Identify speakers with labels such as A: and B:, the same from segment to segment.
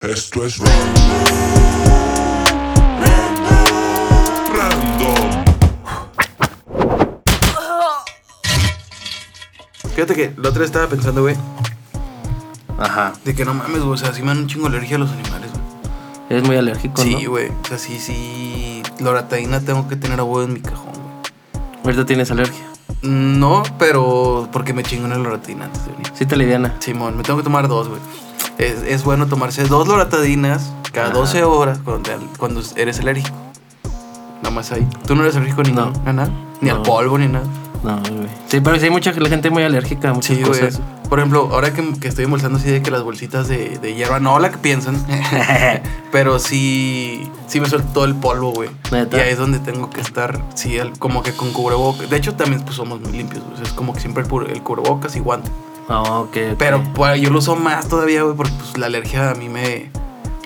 A: Esto es Random. Random.
B: Fíjate que la otra vez estaba pensando, güey,
C: Ajá.
B: de que no mames, güey, o sea, sí me dan un chingo de alergia a los animales, güey.
C: Eres muy alérgico, ¿no?
B: Sí, güey, o sea, sí, sí, loratadina tengo que tener a huevo en mi cajón, güey. Mm,
C: Ahorita tienes alergia.
B: No, pero porque me chingo una loratadina antes de venir.
C: Sí te liviana.
B: Simón, me tengo que tomar dos, güey. Es, es bueno tomarse dos loratadinas cada
C: Ajá.
B: 12 horas cuando, te- cuando eres alérgico. Nada más ahí. ¿Tú no eres alérgico ni
C: No.
B: a nada? Ni al
C: No.
B: polvo, ni nada.
C: No, güey. Sí, pero sí hay mucha gente muy alérgica a muchas
B: Sí, güey.
C: cosas.
B: Por ejemplo, ahora que, que estoy embolsando así de que las bolsitas de, de hierba, no la que piensan, pero sí, sí me soltó el polvo, güey.
C: ¿Neta?
B: Y ahí es donde tengo que estar, sí, al- como que con cubrebocas. De hecho, también pues, somos muy limpios, güey. O sea, es como que siempre el, pu- el cubrebocas y guante.
C: Ah, ok, ok.
B: Pero pues, yo lo uso más todavía, güey, porque pues, la alergia a mí me,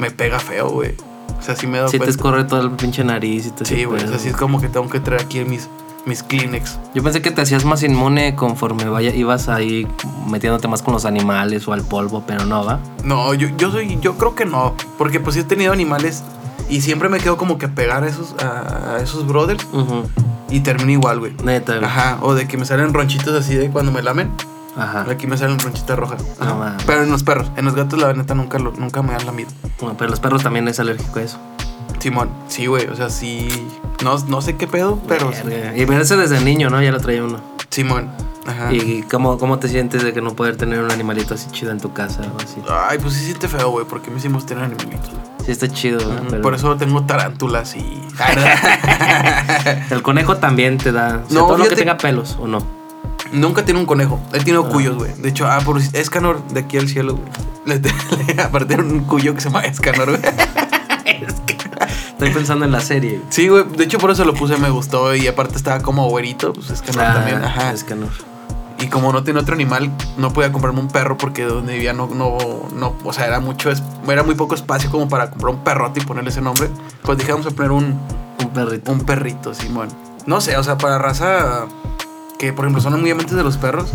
B: me pega feo, güey. O sea, sí me da
C: Si te
B: cuenta.
C: escorre toda la pinche nariz y todo ese
B: pues, sí, güey. O
C: pedo.
B: sea, sí es como que tengo que traer aquí mis, mis Kleenex.
C: Yo pensé que te hacías más inmune conforme vaya, ibas ahí metiéndote más con los animales o al polvo, pero no, ¿va?
B: No, yo, yo soy, yo creo que no, porque pues sí he tenido animales y siempre me quedo como que a pegar a esos, a, a esos brothers
C: Ujú.
B: y termino igual, güey.
C: Neta, güey.
B: Ajá, o de que me salen ronchitos así de cuando me lamen.
C: Ajá.
B: Aquí me salen ronchitas rojas.
C: Ah. No
B: Ajá.
C: mames.
B: Pero en los perros, en los gatos la neta nunca, lo- nunca me han lamido.
C: Bueno, pero los perros también es alérgico a eso.
B: Simón, sí, güey, o sea, sí. No, no sé qué pedo, pero. sí. Ah.
C: Verga. Y pero ese desde niño, ¿no? Ya lo traía uno.
B: Simón, ajá.
C: ¿Y cómo, cómo te sientes de que no poder tener un animalito así chido en tu casa o así?
B: Ay, pues sí siente feo, güey, porque me hicimos tener animalitos. güey.
C: Sí, está chido, ¿verdad? Pero-
B: Por eso tengo tarántulas y.
C: El conejo también te da. O sea,
B: No,
C: todo lo que
B: fíjate-
C: tenga pelos, ¿o no?
B: Nunca tiene un conejo. Él tiene cuyos, güey. De hecho, ah, por Escanor, de aquí al cielo, güey. Le, te- le apartaron un cuyo que se llama Escanor, güey.
C: Estoy pensando en la serie.
B: Sí, güey. De hecho, por eso lo puse, me gustó. Y aparte estaba como güerito, pues Escanor
C: Ah,
B: también. Ajá.
C: Es que no.
B: Y como no tenía otro animal, no podía comprarme un perro porque donde vivía no, no, no, o sea, era mucho, es- era muy poco espacio como para comprar un perrote y ponerle ese nombre. Pues dije, vamos a poner un,
C: Un perrito.
B: un perrito, Simón. No sé, o sea, para raza que, por ejemplo, son muy amantes de los perros,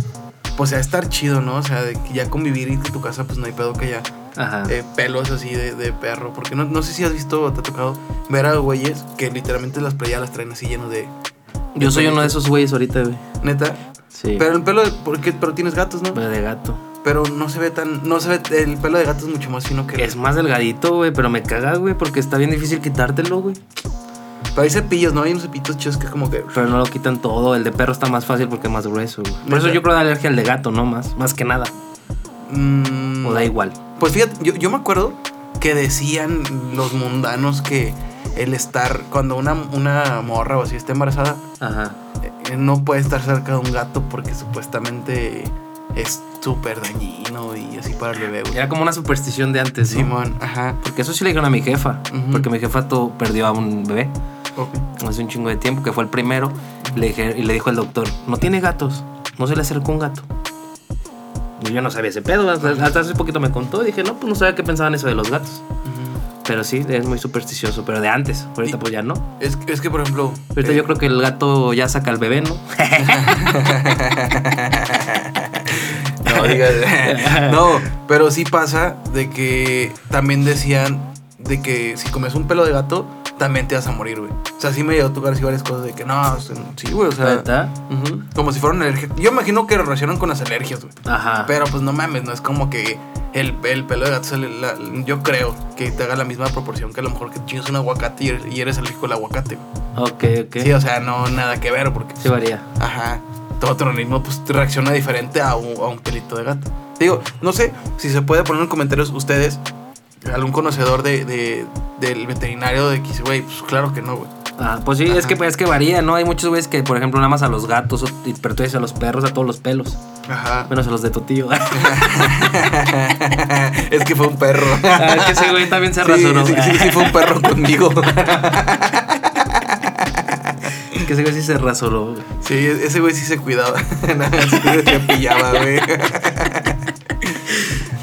B: pues ya estar chido, ¿no? O sea, de que ya convivir y que tu casa, pues no hay pedo que haya
C: Ajá.
B: eh, pelos así de, de perro. Porque no, no sé si has visto o te ha tocado ver a güeyes que literalmente las playas las traen así llenos de.
C: Yo soy uno de esos güeyes ahorita, güey.
B: Neta.
C: Sí.
B: Pero el pelo, de- porque, pero tienes gatos, ¿no?
C: Pero de gato.
B: Pero no se ve tan. No se ve. El pelo de gato es mucho más fino que.
C: Es más delgadito, güey, pero me caga, güey, porque está bien difícil quitártelo, güey.
B: Pero hay cepillos, ¿no? Hay unos cepillos chidos que como que.
C: Pero no lo quitan todo. El de perro está más fácil porque es más grueso, güey. Por eso
B: Neta.
C: yo creo de alergia al de gato, no más. Más que nada.
B: mm,
C: O da igual.
B: Pues fíjate, yo, yo me acuerdo que decían los mundanos que el estar. Cuando una, una morra o así está embarazada,
C: Ajá.
B: eh, no puede estar cerca de un gato porque supuestamente es súper dañino y así para el bebé, güey.
C: Era como una superstición de antes, ¿no?
B: Simón, ajá.
C: Porque eso sí le dijeron a mi jefa.
B: Ujú.
C: Porque mi jefa to- perdió a un bebé.
B: ok.
C: hace un chingo de tiempo, que fue el primero, le dije- y le dijo el doctor, no tiene gatos, no se le acercó un gato. Y yo no sabía ese pedo, hasta, hasta hace poquito me contó, y dije, no, pues no sabía qué pensaban eso de los gatos.
B: Ujú.
C: Pero sí, es muy supersticioso, pero de antes, ahorita
B: Y-
C: pues ya no.
B: Es, es que, por ejemplo.
C: Ahorita
B: eh,
C: yo creo que el gato ya saca al bebé, ¿no?
B: No, digas. no, pero sí pasa de que también decían de que si comes un pelo de gato, también te vas a morir, güey. O sea, sí me llegó a tocar así varias cosas de que no, o sea, sí, güey, o sea.
C: ¿Neta?
B: ujú, como si fueran alergias. Yo imagino que lo relacionan con las alergias, güey.
C: Ajá.
B: Pero pues no mames, no es como que el, el pelo de gato, sale la- yo creo que te haga la misma proporción que a lo mejor que chingas un aguacate y eres, y eres alérgico al aguacate. güey.
C: Ok, ok.
B: Sí,
C: Sí,
B: o sea, no nada que ver, porque
C: varía.
B: Ajá. Todo otro organismo pues reacciona diferente a un, a un pelito de gato. Digo, no sé si se puede poner en comentarios ustedes, algún conocedor de, de- del veterinario de X, güey, pues claro que no, güey.
C: Ah, pues sí, es que, es que varía, ¿no? Hay muchos güeyes que, por ejemplo, nada más a los gatos, o- y- pero tú dices a los perros, a todos los pelos.
B: Ajá.
C: Menos a los de tu tío.
B: es que fue un perro.
C: Ah, es que ese güey también se
B: Sí,
C: rasuró.
B: sí, sí, sí, fue un perro conmigo.
C: Es que ese güey sí se rasuró. güey.
B: Sí, ese güey sí se cuidaba. sí se pillaba, güey.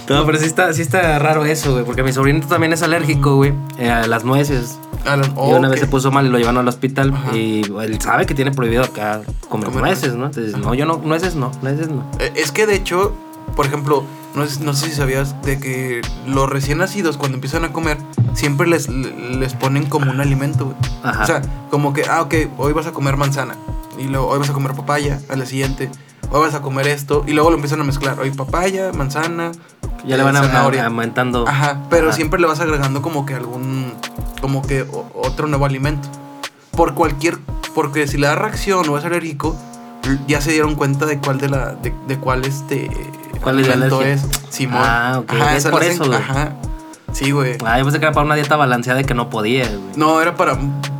C: No, pero sí está, sí está raro eso, güey. Porque mi sobrinito también es alérgico, güey, eh, a las nueces.
B: Alan,
C: Y una vez
B: ok.
C: se puso mal y lo llevaron al hospital.
B: Ajá.
C: Y él sabe que tiene prohibido acá comer
B: Comer
C: nueces, ¿no? Entonces, no, yo no, nueces no, nueces no.
B: Eh, Es que de hecho, por ejemplo, No, sé- no sé si sabías de que los recién nacidos cuando empiezan a comer siempre les, les ponen como un alimento, güey.
C: Ajá.
B: O sea, como que, ah, ok, hoy vas a comer manzana. Y luego hoy vas a comer papaya, al día siguiente. Hoy vas a comer esto. Y luego lo empiezan a mezclar. Hoy papaya, manzana.
C: ya le
B: eh,
C: van a-
B: zanahoria.
C: a- aumentando.
B: Ajá, pero
C: Ajá.
B: siempre le vas agregando como que algún. como que o- otro nuevo alimento. Por cualquier. porque si le da reacción o es alérgico, ya se dieron cuenta de cuál de la. de, de cuál este.
C: ¿Cuál es la
B: alimento
C: alergia?
B: es. Simón.
C: Ah, ok, es
B: esa
C: por
B: la
C: eso, güey.
B: Ajá. Sí, güey.
C: Ah, yo pensé que era para una dieta balanceada que no podía, güey.
B: No, era para.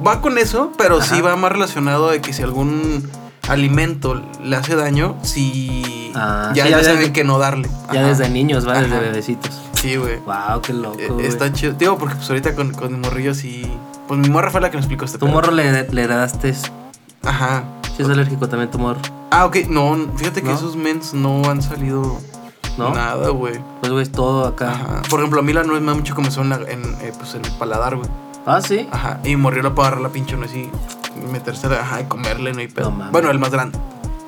B: Va con eso, pero sí
C: Ajá.
B: va más relacionado de que si algún alimento le hace daño, si.
C: Ah,
B: ya,
C: sí, ya
B: ya
C: desde-
B: saben que no darle.
C: Ya
B: Ajá.
C: desde niños, va, desde
B: Ajá.
C: bebecitos.
B: Sí, güey.
C: Wow, qué loco.
B: Eh,
C: güey.
B: Está chido. Digo, porque pues ahorita con, con mi morrillo sí. Pues mi morra fue la que me explicó este
C: Tu
B: pedo.
C: morro le, le heredaste eso.
B: Ajá.
C: Si es alérgico también tu morro.
B: Ah, ok. No, n- fíjate que
C: ¿No?
B: esos mens no han salido
C: ¿No?
B: nada, güey.
C: Pues, güey, es todo acá.
B: Ajá. Por ejemplo, a mí la nuez me da mucho comezón en, la- en, eh, pues, en el paladar, güey.
C: Ah, sí.
B: Ajá. Y mi morrillo la puede agarrar la pinche nuez y metérsela, ajá, y comerle, no hay pedo.
C: No mames.
B: bueno, el más grande.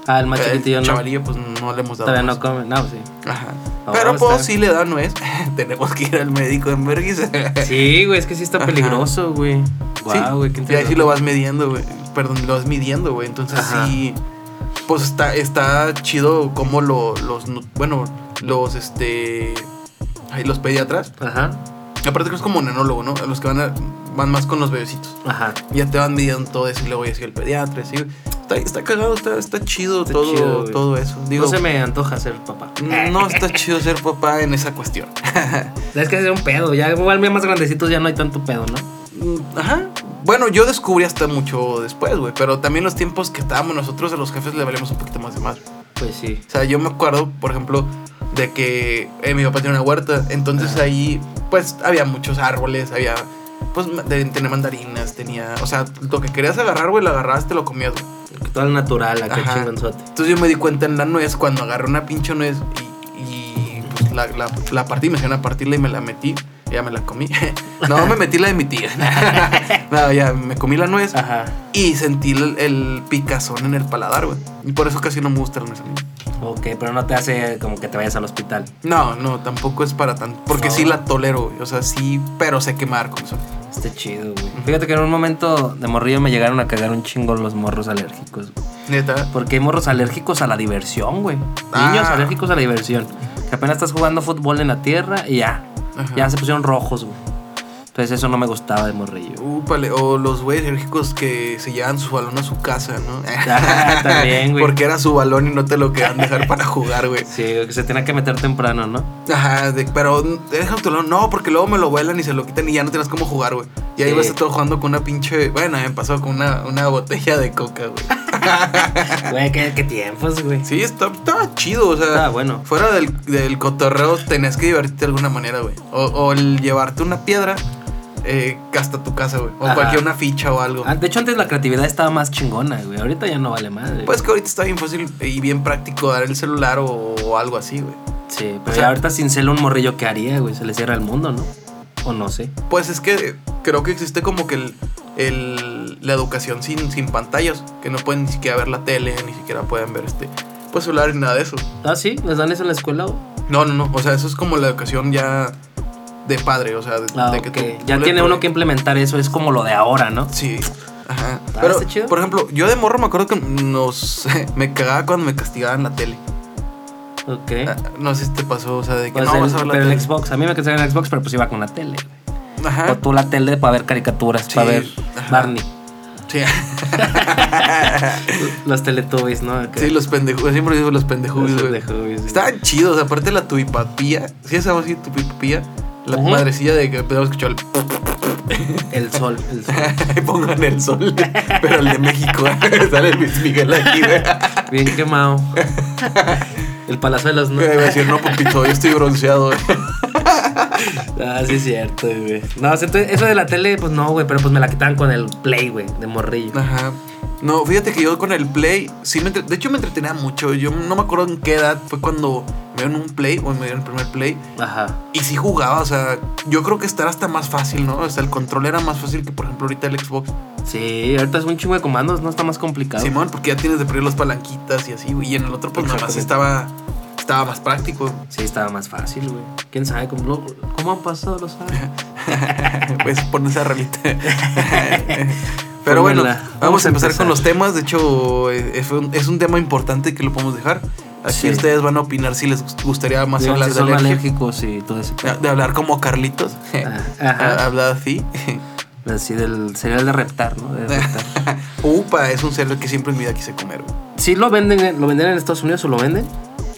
C: Ah, el más
B: Pero
C: chiquitillo
B: el
C: no.
B: chavalillo, pues no le hemos dado.
C: Todavía no
B: nuez.
C: come. No, pues sí.
B: Ajá.
C: No,
B: Pero
C: está-
B: pues sí le da nuez. Tenemos que ir al médico en vergüenza.
C: Sí, güey, es que sí está
B: Ajá.
C: peligroso, güey. Guau,
B: Sí,
C: güey,
B: Y ahí sí
C: qué interesante.
B: lo vas midiendo, güey. Perdón, lo vas midiendo, güey. Entonces
C: Ajá.
B: sí. Pues está, está chido cómo lo- los. nu- Bueno, los este. Ahí los pediatras.
C: Ajá,
B: Y Aparte que es como un enólogo, ¿no? Los que van a- van más con los bebecitos.
C: ajá.
B: Ya te van midiendo todo eso y luego ya sigue el pediatra. así, güey. Está, está cagado, está, está chido
C: Está
B: todo,
C: chido, güey.
B: todo eso. Digo,
C: no se me antoja ser papá.
B: no está chido ser papá en esa cuestión.
C: Es que es un pedo. Ya igual mira, más grandecitos ya no hay tanto pedo, ¿no?
B: Mm, Ajá. Bueno, yo descubrí hasta mucho después, güey. Pero también los tiempos que estábamos nosotros, a los jefes le valíamos un poquito más de madre.
C: Pues sí.
B: O sea, yo me acuerdo, por ejemplo, de que eh, mi papá tenía una huerta. Entonces
C: Ajá.
B: ahí, pues, había muchos árboles, había. Pues ma- de- tenía mandarinas, tenía. O sea, lo que querías agarrar, güey, lo agarrabas, te lo comías, güey.
C: Todo al natural, acá
B: Ajá.
C: chingonzote.
B: Entonces yo me di cuenta en la nuez, cuando agarré una pinche nuez y, y, pues, la, la, la partí, me hicieron a partirla y me la metí. Ya me la comí. No, me metí la de mi tía. no, ya me comí la nuez
C: Ajá.
B: y sentí el, el picazón en el paladar, güey. Y por eso casi no me gusta la nuez a mí.
C: Ok, pero no te hace como que te vayas al hospital.
B: No, no, tampoco es para tanto. Porque
C: No.
B: sí la tolero, güey. O sea, sí, pero sé quemar con eso.
C: Está chido, güey. Fíjate que en un momento de morrillo me llegaron a cagar un chingo los morros alérgicos. güey.
B: Neta.
C: Porque hay morros alérgicos a la diversión, güey.
B: Ah.
C: Niños alérgicos a la diversión. Que apenas estás jugando fútbol en la tierra y ya.
B: Ajá.
C: Ya se pusieron rojos, güey. Entonces eso no me gustaba de morrillo.
B: Úpale, o los güeyes alérgicos que se llevan su balón a su casa, ¿no?
C: Ah, también, güey.
B: Porque era su balón y no te lo querían dejar para jugar, güey.
C: Sí, güey, que se tenía que meter temprano, ¿no?
B: Ajá, de- pero deja tu balón. No, porque luego me lo vuelan y se lo quitan y ya no tienes cómo jugar, güey. Y ahí
C: Sí.
B: vas a estar jugando con una pinche. Bueno, me pasó con una, una botella de coca, güey.
C: Güey, qué, qué tiempos, güey.
B: Sí, está- estaba chido, o sea.
C: Estaba Ah, bueno.
B: Fuera del, del cotorreo tenías que divertirte de alguna manera, güey. O, o el llevarte una piedra eh, hasta tu casa, güey. O
C: Ajá.
B: cualquier una ficha o algo.
C: Ah, De hecho, antes la creatividad estaba más chingona, güey. Ahorita ya no vale madre.
B: Pues que ahorita está bien fácil y bien práctico dar el celular o, o algo así, güey.
C: sí,
B: o
C: pero
B: sea-
C: ahorita sin celo un morrillo que haría, güey. Se le cierra el mundo, ¿no? O no sé.
B: Pues es que creo que existe como que el, el- la educación sin, sin pantallas, que no pueden ni siquiera ver la tele, ni siquiera pueden ver este pues celular ni nada de eso.
C: Ah, sí, les dan eso en la escuela. güey?
B: No, no, no. O sea, eso es como la educación ya de padre, o sea, de,
C: Ah,
B: de que
C: ok.
B: tú-
C: ya
B: tú le-
C: tiene
B: tú le-
C: uno que implementar eso. Es como lo de ahora, ¿no?
B: Sí. Ajá.
C: Ah,
B: Pero,
C: está chido.
B: por ejemplo, yo de morro me acuerdo que nos. me cagaba cuando me castigaban la tele.
C: Ok.
B: Ah, No sé si te pasó, o sea, de que
C: ¿Eh? Pues
B: no
C: el-
B: vas a ver la
C: pero el
B: tele.
C: Xbox, a mí me quedé en el Xbox, pero pues iba con la tele. güey.
B: Ajá.
C: O tú la tele para ver caricaturas, para
B: Sí,
C: ver
B: ajá.
C: Barney.
B: Sí.
C: Los Teletubbies, ¿no? Acá.
B: Sí, los pendejos. Siempre digo los pendejos,
C: Los
B: güey.
C: Teletubbies, güey.
B: Estaban chidos, aparte la tubipapía. Sí, esa voz así, tubipapía. La
C: Ujú.
B: madrecilla de que empezamos a escuchar el.
C: El sol, el sol.
B: Pongan el sol. Pero el de México. Sale Luis Miguel aquí, güey.
C: Bien quemado. El palazuelos, ¿no?
B: Me iba a decir, no, papito, yo estoy bronceado. güey".
C: Ah, sí es cierto, güey. No, o sea, entonces, eso de la tele, pues no, güey, pero pues me la quitaban con el play, güey, de morrillo.
B: Ajá. No, fíjate que yo con el Play, sí me entre- de hecho me entretenía mucho. Yo no me acuerdo en qué edad fue cuando me dieron un Play o me dieron el primer Play.
C: Ajá.
B: Y sí jugaba, o sea, yo creo que estar hasta más fácil, ¿no? O sea, el control era más fácil que, por ejemplo, ahorita el Xbox.
C: Sí, ahorita es un chingo de comandos, no está más complicado.
B: Simón, porque ya tienes de perder las palanquitas y así, güey. Y en el otro, pues nada más
C: Exactamente.
B: estaba, estaba más práctico.
C: Sí, estaba más fácil, güey. ¿Quién sabe cómo, lo- cómo han pasado los años?
B: pues pon esa rolita. Pero bueno,
C: Pónmela.
B: vamos, a empezar, con los temas. De hecho, eh, es un, es un tema importante que lo podemos dejar. Aquí
C: Sí.
B: ustedes van a opinar si les gust- gustaría más
C: Digan
B: hablar
C: si
B: de
C: son
B: alergia.
C: alérgicos y todo ese pedo.
B: De hablar como Carlitos.
C: Ah, ajá.
B: Hablado así.
C: Así del cereal de reptar, ¿no? De reptar.
B: Upa, es un cereal que siempre en mi vida quise comer. güey.
C: ¿Sí lo venden, en- lo venden en Estados Unidos o lo venden?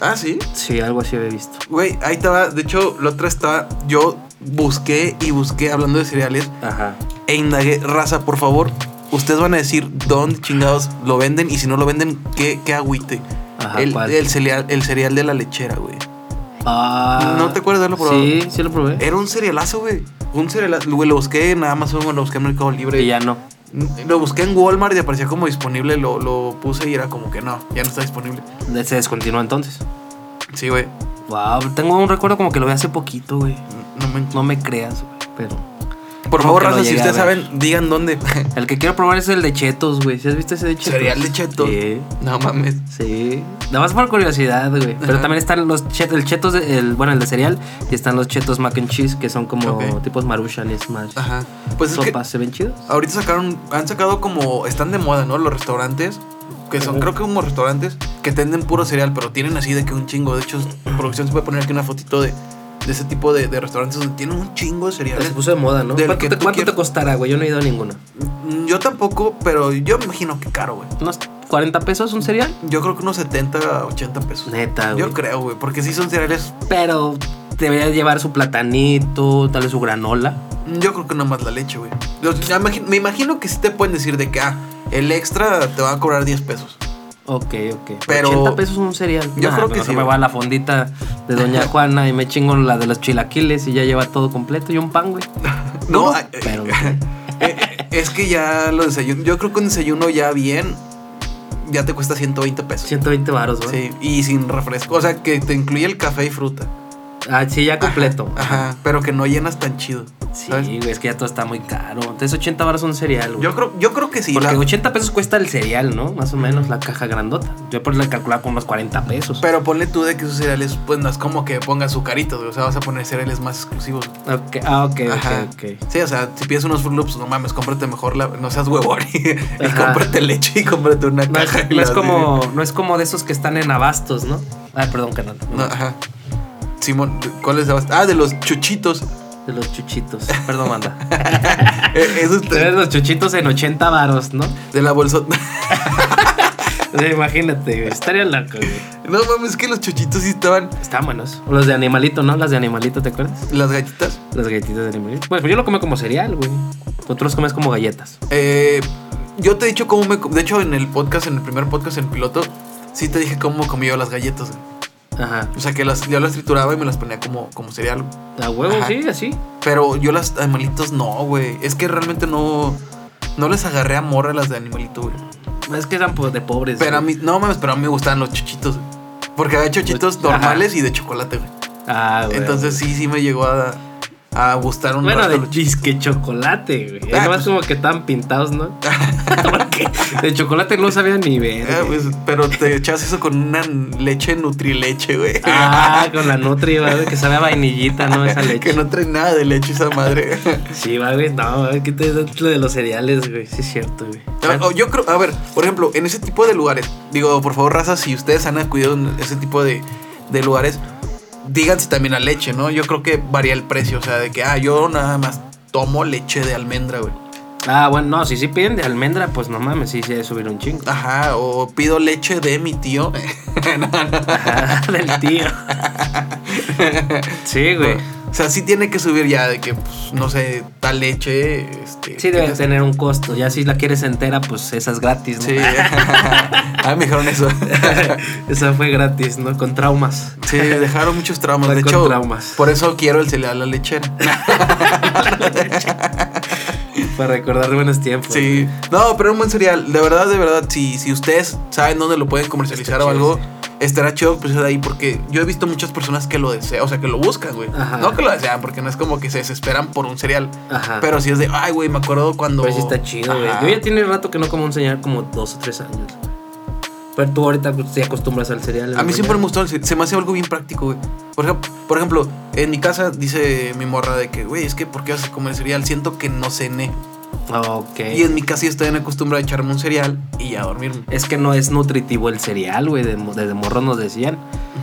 B: Ah, sí.
C: Sí, algo así había visto.
B: Güey, ahí estaba. De hecho, la otra estaba. Yo busqué y busqué hablando de cereales
C: Ajá.
B: e indagué. Raza, por favor. Ustedes van a decir dónde chingados lo venden y si no lo venden, qué, qué agüite.
C: Ajá,
B: el,
C: ¿cuál?
B: el cereal, el cereal de la lechera, güey.
C: Ah,
B: ¿No te acuerdas de haberlo probado?
C: Sí, sí lo probé. Eh,
B: Era un cerealazo, güey. Un cerealazo. Güey, lo busqué en Amazon, lo busqué en Mercado Libre.
C: Y ya no.
B: Lo busqué en Walmart y aparecía como disponible. Lo, lo puse y era como que no, ya no está disponible.
C: Se descontinuó entonces.
B: Sí, güey.
C: Wow, tengo un recuerdo como que lo vi hace poquito, güey.
B: No me-
C: No me creas, güey. Pero.
B: Por
C: Como
B: favor,
C: que lo
B: raza, si
C: llegué a
B: ustedes
C: ver.
B: saben, digan dónde.
C: El que quiero probar es el de Chetos, güey. ¿Sí has visto ese de Chetos?
B: Cereal de Chetos.
C: Sí.
B: No mames.
C: Sí. Nada más por curiosidad, güey. Pero
B: Ajá.
C: también están los chetos, el chetos, de- el, bueno, el de cereal. Y están los chetos mac and cheese, que son como
B: Ok.
C: tipos maruchan y smash.
B: Ajá. Pues es que
C: Sopas, ¿se ven chidos?
B: ahorita sacaron, han sacado como, están de moda, ¿no? Los restaurantes, que son,
C: Ujú.
B: creo que como restaurantes que venden puro cereal, pero tienen así de que un chingo. De hecho, producción se puede poner aquí una fotito de, de ese tipo de, de restaurantes donde tienen un chingo de cereales.
C: Se puso de moda, ¿no?
B: Del
C: ¿Cuánto,
B: que
C: te,
B: tú
C: cuánto te
B: quieras.
C: costará, güey? Yo no he ido a ninguno.
B: Mm, Yo tampoco, pero yo me imagino que caro, güey.
C: ¿Unos 40 pesos un cereal?
B: Yo creo que unos 70 a 80 pesos.
C: Neta, güey.
B: Yo creo, güey, porque sí son cereales.
C: Pero debería llevar su platanito, tal vez su granola.
B: Yo creo que nada más la leche, güey. Yo- ya imagi- Me imagino que sí te pueden decir de que, ah, el extra te va a cobrar 10 pesos.
C: Ok, ok.
B: Pero-
C: 80 pesos un cereal.
B: Yo creo que
C: mejor
B: sí,
C: Me
B: güey.
C: voy a la fondita de Doña Juana y me chingo la de los chilaquiles y ya lleva todo completo y un pan, güey.
B: No,
C: Duro,
B: ah, eh,
C: pero-
B: eh, es que ya lo desayuno. Yo creo que un desayuno ya bien, ya te cuesta 120 pesos.
C: 120 baros, güey.
B: Sí, y sin refresco. O sea, que te incluye el café y fruta.
C: Ah, sí, ya completo.
B: Ajá, pero que no llenas tan chido.
C: Sí,
B: ¿sabes?
C: güey, es que ya todo está muy caro. Entonces 80 baros un cereal, güey.
B: Yo creo, yo creo que sí.
C: Porque
B: la-
C: 80 pesos cuesta el cereal, ¿no? Más o menos, la caja grandota. Yo por la calculaba con unos 40 pesos.
B: pero ponle tú de que esos cereales, pues no es como que pongas azucaritos, güey, o sea, vas a poner cereales más exclusivos.
C: Ok, ah, ok,
B: Ajá.
C: ok, ok.
B: Sí, o sea, si pides unos Fruit Loops, no mames, cómprate mejor la, no seas huevón y, y
C: Ajá.
B: cómprate leche y cómprate una
C: No
B: caja.
C: es,
B: y
C: no es
B: las-
C: como, no es como de esos que están en abastos, ¿no? Ay, perdón, que no.
B: No, ajá. Simón, ¿cuál es? Ah, de los chuchitos.
C: De los chuchitos. Perdón, manda.
B: Eh, Eso está-
C: Ustedes los chuchitos en 80 varos, ¿no?
B: de la bolsota.
C: O sea, imagínate, güey, estaría loco, güey.
B: No mames, es que los chuchitos sí estaban
C: Están buenos. O Los de animalito, ¿no? Las de animalito, ¿te acuerdas?
B: las galletas.
C: Las galletitas de animalito. Pues yo lo comí como cereal, güey. Tú los comes como galletas.
B: Eh, yo te he dicho cómo me. co- De hecho, en el podcast, en el primer podcast, en piloto, sí te dije cómo comía yo las galletas. güey.
C: Ajá.
B: O sea, que las, yo las trituraba y me las ponía como, como cereal. güey.
C: A huevo,
B: Ajá.
C: sí, así.
B: Pero yo las animalitos no, güey. Es que realmente no. No les agarré amor a las de animalito, güey.
C: Es que eran pues, de pobres.
B: Pero a
C: güey.
B: mí. No mames, pero a mí me gustaban los chuchitos. güey. Porque había chuchitos
C: Ajá.
B: normales y de chocolate, güey.
C: Ah, güey.
B: Entonces sí, sí me llegó a, a gustar un
C: Bueno,
B: rato
C: de
B: los
C: que chocolate, güey.
B: Ah,
C: Nada más
B: pues-
C: como que estaban pintados, ¿no? Porque de chocolate no sabía ni ver.
B: Ah,
C: güey.
B: pues, pero te echas eso con una leche nutrileche, güey.
C: Ah, con la Nutri, va, güey, que sabe a vainillita, ¿no? Esa leche.
B: que no trae nada de leche esa madre.
C: Sí, va, güey, no, güey, que te lo de los cereales, güey, sí es cierto, güey.
B: O- o Yo creo, a ver, por ejemplo, en ese tipo de lugares, digo, por favor, raza, si ustedes han acudido en ese tipo de, de lugares, digan si también la leche, ¿no? Yo creo que varía el precio, o sea, de que, ah, yo nada más tomo leche de almendra, güey.
C: Ah, bueno, no, si sí piden de almendra, pues no mames, sí se debe subir un chingo.
B: Ajá, o pido leche de mi tío. No, no.
C: Ajá, Del tío. Sí, güey.
B: O sea, sí tiene que subir ya de que, pues, no sé, tal leche, este...
C: Sí debe
B: tienes-
C: tener un costo, ya si la quieres entera, pues esa es gratis, ¿no?
B: Sí. ah, me dijeron eso.
C: esa fue gratis, ¿no? Con traumas.
B: Sí, dejaron muchos traumas.
C: Fue
B: de
C: con
B: hecho,
C: traumas. Pues
B: por eso quiero el cereal a la lechera.
C: Para recordar buenos tiempos.
B: Sí. No, pero un buen cereal. De verdad, de verdad, si, si ustedes saben dónde lo pueden comercializar
C: Está
B: o
C: chido,
B: algo, estará chido pues ahí porque yo he visto muchas personas que lo desean, o sea, que lo buscan, güey.
C: Ajá.
B: No que lo desean, porque no es como que se desesperan por un cereal.
C: Ajá.
B: Pero sí es de, ay, güey, me acuerdo cuando...
C: Pero sí está chido, güey.
B: Ajá.
C: Yo ya tiene rato que no como un cereal, como dos o tres años. Pero tú ahorita pues, te acostumbras al cereal. en la
B: A mí siempre me
C: mañana.
B: gustó el cereal. Se me hace algo bien práctico, güey. Por ejemplo, por ejemplo, en mi casa dice mi morra de que, güey, es que ¿por qué vas a comer cereal? Siento que no cené.
C: Ok.
B: Y en mi casa ya estoy acostumbrado a echarme un cereal y ya a dormirme.
C: Es que no es nutritivo el cereal, güey. de- Desde morro nos decían.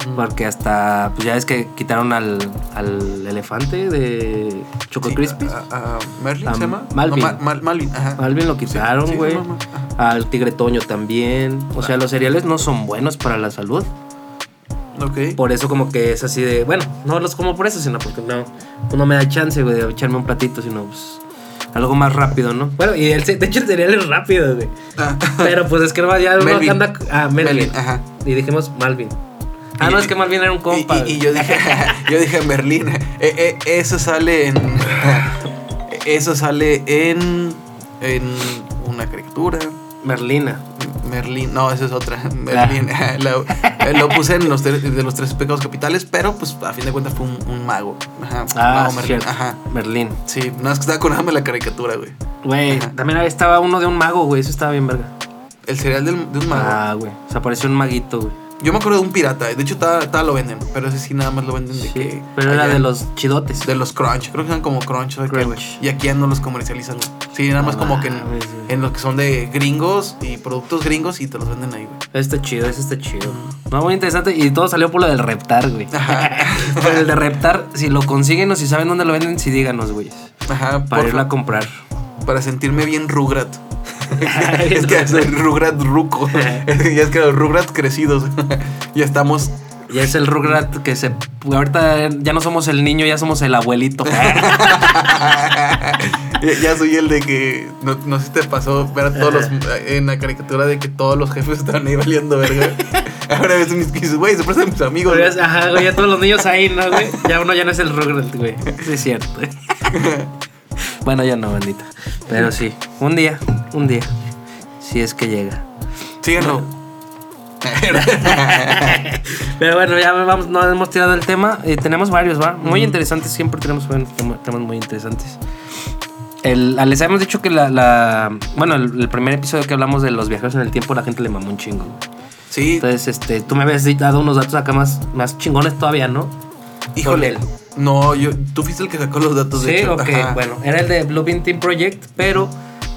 B: Mm.
C: Porque hasta, pues ya ves que quitaron al, al elefante de Choco
B: Sí, ah,
C: Crispy.
B: a- a- a ¿Merlin
C: A
B: se llama?
C: Ah, Malvin.
B: No, Ma- Mal- Malvin, ajá.
C: Malvin lo quitaron,
B: sí,
C: güey.
B: no Ah. mames.
C: al tigre toño también. O sea, los cereales no son buenos para la salud.
B: ah, Ok.
C: Por eso como que es así de, bueno, no los como por eso, sino porque no, pues no me da chance, güey, de echarme un platito, sino pues, algo más rápido, ¿no? Bueno, y el, ce- de hecho el cereal es rápido, güey.
B: Ah,
C: Pero pues es que no, ya uno
B: Melvin.
C: que anda... Ah, Melvin.
B: Merlin, ajá.
C: Y dijimos Malvin. Ah,
B: Y-
C: no, es que Malvin era un
B: Y,
C: compa.
B: y- y
C: güey.
B: yo dije, yo dije Merlín. Eh, eh, eso sale en. Eso sale en. En una caricatura.
C: Merlina.
B: Merlín, no, esa es otra. Merlín,
C: Ah.
B: lo, eh, lo puse en los tres- de los tres pecados capitales, pero pues a fin de cuentas fue un, un mago. Ajá,
C: Ah,
B: mago
C: sí,
B: Merlín,
C: cierto.
B: ajá.
C: Merlín.
B: Sí, nada más que estaba acordándome la caricatura, güey.
C: Güey,
B: Ajá.
C: también ahí estaba uno de un mago, güey. Eso estaba bien verga.
B: El cereal del- de un mago.
C: Ah, güey. Se apareció un maguito, güey.
B: Yo me acuerdo de un pirata, de hecho, todavía todavía lo venden, pero ese sí nada más lo venden de
C: Sí,
B: que.
C: pero era
B: allá
C: de
B: en-
C: los chidotes.
B: De los crunch, creo que son como crunch. ¿sabes qué, güey?
C: Crunch.
B: Y aquí ya no los comercializan. güey. Sí, nada más
C: No
B: como que en,
C: mames, güey.
B: en los que son de gringos y productos gringos y te los venden ahí, güey.
C: Este chido, ese está chido. No, muy interesante. Y todo salió por lo del reptar, güey. Pero el de reptar, si lo consiguen o si saben dónde lo venden, sí díganos, güey.
B: Ajá,
C: Para
B: porfa,
C: irlo a comprar.
B: para sentirme bien Rugrat. es que es el Rugrat ruco. ya es que los Rugrat crecidos. ya estamos.
C: Y es el Rugrat que se. Ahorita ya no somos el niño, ya somos el abuelito.
B: ya, ya soy el de que. No, no sé si te pasó ver a todos los. En la caricatura de que todos los jefes estaban ahí valiendo verga. Ahora ves mis dices, güey, se prestan mis amigos.
C: Güey, Ajá, güey, ya todos los niños ahí, ¿no, güey? Ya uno ya no es el Rugrat, güey. Sí, es cierto. bueno, ya no, bendita. Pero sí, un día, un día. Si es que llega.
B: Síganlo.
C: Pero bueno, ya vamos, no hemos tirado el tema. Eh, tenemos varios, ¿va? Muy interesantes, siempre tenemos bueno, tem- temas muy interesantes. El- ah, les habíamos dicho que la. la- bueno, el, el primer episodio que hablamos de los viajeros en el tiempo, la gente le mamó un chingo. güey.
B: Sí,
C: Entonces, este, tú me habías dado unos datos acá más, más chingones todavía, ¿no?
B: Híjole.
C: Sobre
B: No, yo, tú fuiste el que sacó los datos de
C: Sí,
B: hecho.
C: ok,
B: Ajá.
C: bueno. eh. Era el de Blue Bean Team Project, pero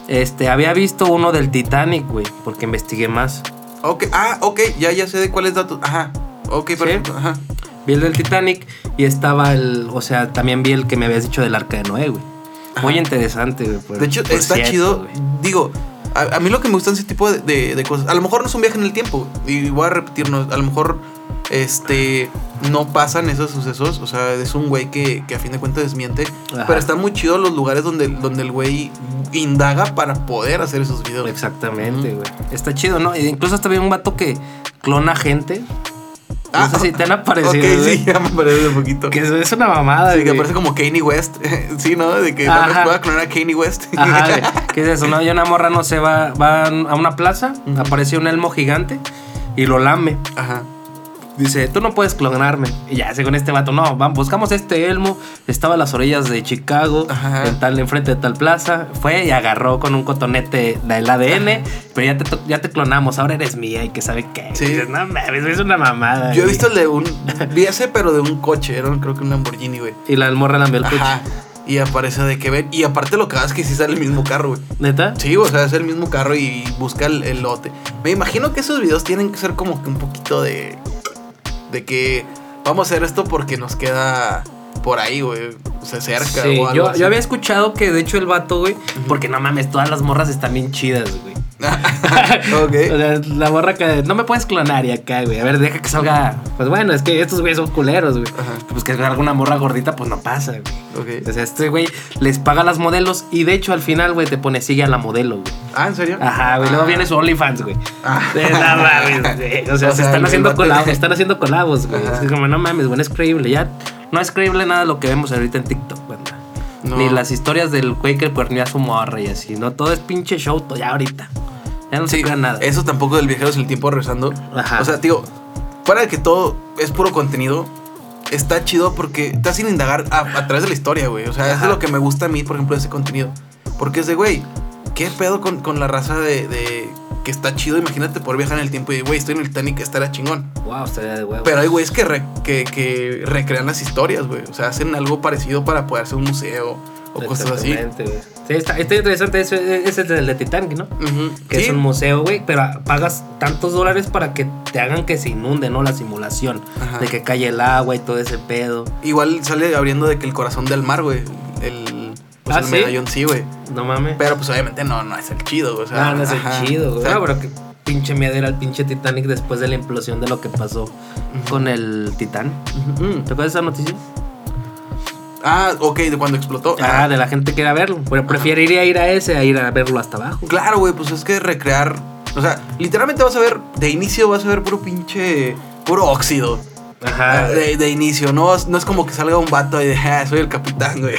C: este, había visto uno del Titanic, güey, porque investigué más.
B: Ok, ah, ok, ya, ya sé de cuáles datos. Ajá. Ok,
C: Sí.
B: perfecto. Ajá.
C: Vi el del Titanic y estaba el. O sea, también vi el que me habías dicho del arca de Noé, güey. Muy
B: Ajá.
C: interesante, güey. por-
B: De hecho,
C: por
B: está
C: cierto,
B: chido.
C: güey.
B: Digo, a, a mí lo que me gustan ese tipo de, de- de cosas. A lo mejor no es un viaje en el tiempo. Y voy a repetirnos. A lo mejor este no pasan esos sucesos. O sea, es un güey que, que a fin de cuentas desmiente.
C: Ajá.
B: Pero están muy chidos los lugares donde, donde el güey indaga para poder hacer esos videos.
C: Exactamente,
B: Ujú.
C: güey. Está chido, ¿no? E incluso hasta había un vato que clona gente.
B: Ah,
C: no sé si te han aparecido.
B: ok,
C: güey.
B: sí, ya me parece un poquito.
C: Que es- es una mamada,
B: Sí, que
C: güey.
B: aparece como Kanye West. sí, ¿no? De que no
C: Ajá.
B: me pueda clonar a Kanye West.
C: Ajá, güey. ¿Qué es eso? No, y una morra, no se va, va a una plaza,
B: Ujú.
C: aparece un elmo gigante y lo lame.
B: Ajá.
C: Dice, tú no puedes clonarme. Y ya, según este vato, no, vamos, buscamos este elmo. Estaba a las orillas de Chicago,
B: Ajá.
C: en tal, enfrente de tal plaza. Fue y agarró con un cotonete la- el ADN. Pero ya te, to- ya te clonamos, ahora eres mía y que sabe qué.
B: Sí.
C: Y dices, no mames, es una mamada.
B: Yo he
C: güey".
B: visto el de un. Vi ese, pero de un coche. Era, un- creo que un Lamborghini, güey.
C: Y la almorra la el coche.
B: Ajá. Y aparece de que ven. Y aparte lo que hagas es que sí sale el mismo carro, güey.
C: ¿Neta?
B: Sí, o sea, es el mismo carro y busca el, el lote. Me imagino que esos videos tienen que ser como que un poquito de. De que vamos a hacer esto porque nos queda por ahí, güey. O sea, cerca
C: Sí,
B: o algo
C: yo,
B: así.
C: yo había escuchado que de hecho el vato, güey, porque no mames, todas las morras están bien chidas, güey. O
B: ok.
C: sea, la morra que no me puedes clonar y acá, güey. A ver, deja que salga. Pues bueno, es que estos güeyes son culeros, güey.
B: Ajá.
C: Pues que salga una morra gordita, pues no pasa, güey.
B: Ok.
C: O sea, este güey les paga a las modelos y de hecho al final, güey, te pone sigue a la modelo, güey.
B: Ah, ¿en serio?
C: Ajá, güey. Luego viene su OnlyFans, güey.
B: Ah.
C: Eh, no mames, güey. O sea,
B: O
C: se
B: sea,
C: están
B: el
C: haciendo
B: vato-
C: colabos, están haciendo colabos, güey.
B: Ajá.
C: Es como, no mames, güey, no es creíble. Ya no es creíble nada lo que vemos ahorita en TikTok, banda.
B: No.
C: Ni las historias del güey que cuernía a su morra y así, ¿no? Todo es pinche show to- ya ahorita. Ya no se
B: Sí,
C: crea nada.
B: Eso tampoco del viajeros el tiempo regresando.
C: Ajá.
B: O sea, tío, fuera de que todo es puro contenido, está chido porque está sin indagar a, a través de la historia, güey. O sea, eso
C: Ajá.
B: es lo que me gusta a mí, por ejemplo, de ese contenido. Porque es de, güey, ¿qué pedo con, con la raza de, de- que está chido. Imagínate poder viajar en el tiempo y, güey, estoy en el Titanic, estará chingón.
C: Wow, estaría de huevo.
B: Pero hay güeyes que, re- que, que recrean las historias, güey. O sea, hacen algo parecido para poder hacer un museo o cosas así.
C: Exactamente, güey. Sí, está, está interesante. Ese ese es el de Titanic, ¿no?
B: Ujú.
C: Que
B: Sí.
C: es un museo, güey, pero pagas tantos dólares para que te hagan que se inunde, ¿no? La simulación
B: Ajá.
C: de que cae el agua y todo ese pedo.
B: Igual sale abriendo de que el corazón del mar, güey. El, pues
C: Ah,
B: el
C: ¿sí?
B: medallón sí, güey.
C: No mames.
B: Pero pues obviamente no, no es el chido, güey. O sea,
C: ah, no es el
B: ajá.
C: chido, güey.
B: O sea,
C: Ah, pero qué pinche miedo era el pinche Titanic después de la implosión de lo que pasó con el Titán.
B: ujú.
C: ¿Te acuerdas de esa noticia?
B: Ah, ok, de cuando explotó.
C: Ah, de la gente que era verlo. Pero preferiría ir a ese a ir a verlo hasta abajo.
B: Claro, güey, pues es que recrear. O sea, literalmente vas a ver, de inicio vas a ver puro pinche. puro óxido.
C: Ajá.
B: De, de inicio, no, no es como que salga un vato y de, "Ah, soy el capitán, güey.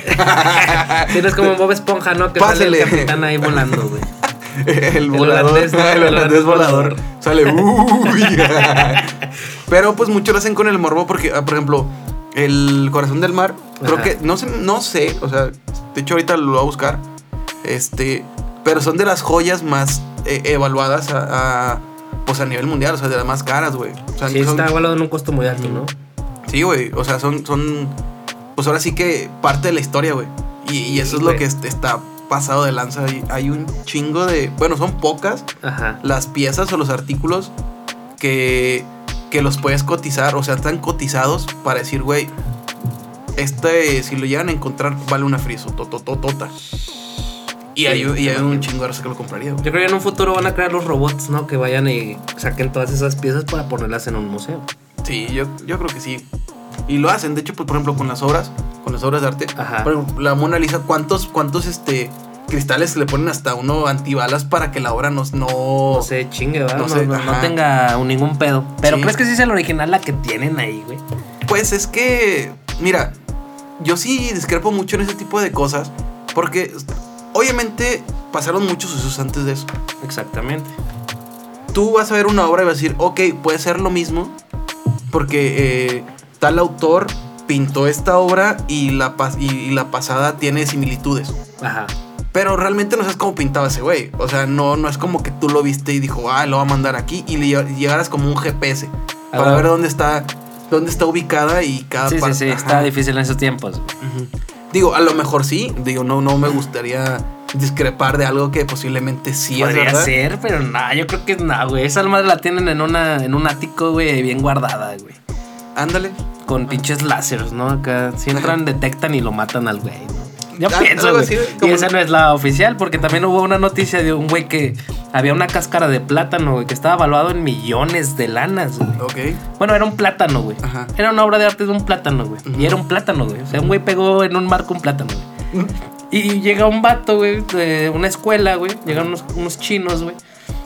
C: Tienes como Bob Esponja, ¿no? Que sale el
B: Ah, Pásele.
C: capitán ahí volando, güey.
B: el volador.
C: holandés,
B: El holandés, volador. Sale, uy. Pero pues muchos lo hacen con el morbo porque, ah, por ejemplo, el corazón del mar, creo
C: Ajá.
B: que, no sé, no sé, o sea, de hecho ahorita lo voy a buscar. Este, pero son de las joyas más eh, evaluadas a, a, pues a nivel mundial, o sea, de las más caras, güey. O sea,
C: Sí,
B: son-
C: está volando en un costo muy alto, ¿no?
B: Sí, güey. O sea, son, son. Pues ahora sí que parte de la historia, güey. Y, y eso
C: Sí,
B: es lo
C: güey.
B: que est- está pasado de lanza. Hay, hay un chingo de. Bueno, son pocas
C: Ajá.
B: las piezas o los artículos que, que los puedes cotizar. O sea, están cotizados para decir, güey, este, si lo llegan a encontrar, vale una friso. Totototota. tota. Y hay, un- y hay un chingo de raza que lo compraría, güey.
C: Yo creo que en un futuro van a crear los robots, ¿no? Que vayan y saquen todas esas piezas para ponerlas en un museo.
B: Sí, yo, yo creo que sí. Y lo hacen, de hecho, pues, por ejemplo, con las obras, con las obras de arte.
C: Ajá.
B: Por ejemplo, la Mona Lisa, ¿cuántos, cuántos este, cristales le ponen hasta uno antibalas para que la obra no... no...
C: No sé, chingue, ¿verdad?
B: No
C: No,
B: sé,
C: no- no
B: ajá.
C: tenga un- ningún pedo. Pero
B: Sí.
C: ¿crees que sí es el original la que tienen ahí, güey?
B: Pues es que, mira, yo sí discrepo mucho en ese tipo de cosas, porque obviamente pasaron muchos usos antes de eso.
C: Exactamente.
B: tú vas a ver una obra y vas a decir, ok, puede ser lo mismo, porque eh, tal autor pintó esta obra y la, pas- y, y la pasada tiene similitudes.
C: Ajá.
B: Pero realmente no sabes cómo pintaba ese güey. O sea, no, no es como que tú lo viste y dijo, ah, lo va a mandar aquí y le lle- llegaras como un GPS
C: Ah,
B: para
C: bueno.
B: ver dónde está, dónde está ubicada y cada
C: Sí, sí,
B: parte.
C: sí,
B: Ah, Ajá.
C: está difícil en esos tiempos. güey.
B: Ujú. Digo, a lo mejor sí. Digo, no, no me gustaría discrepar de algo que posiblemente sí es
C: Podría
B: verdad.
C: ser, pero no, yo creo que no, güey. Esa madre la tienen en una en un ático, güey, bien guardada, güey.
B: Ándale.
C: Con pinches láseres, ¿no? Acá si entran, detectan y lo matan al güey. ¿no? Yo
B: Ah,
C: pienso,
B: algo
C: güey.
B: así,
C: Y
B: como-
C: esa no es la oficial, porque también hubo una noticia de un güey que había una cáscara de plátano, güey, que estaba valuado en millones de lanas, güey.
B: Ok.
C: Bueno, era un plátano, güey.
B: Ajá.
C: Era una obra de arte de un plátano, güey. Y era un plátano, güey. O sea, un güey pegó en un marco un plátano, güey. Y llega un vato, güey, de una escuela, güey. Llegaron unos, unos chinos, güey.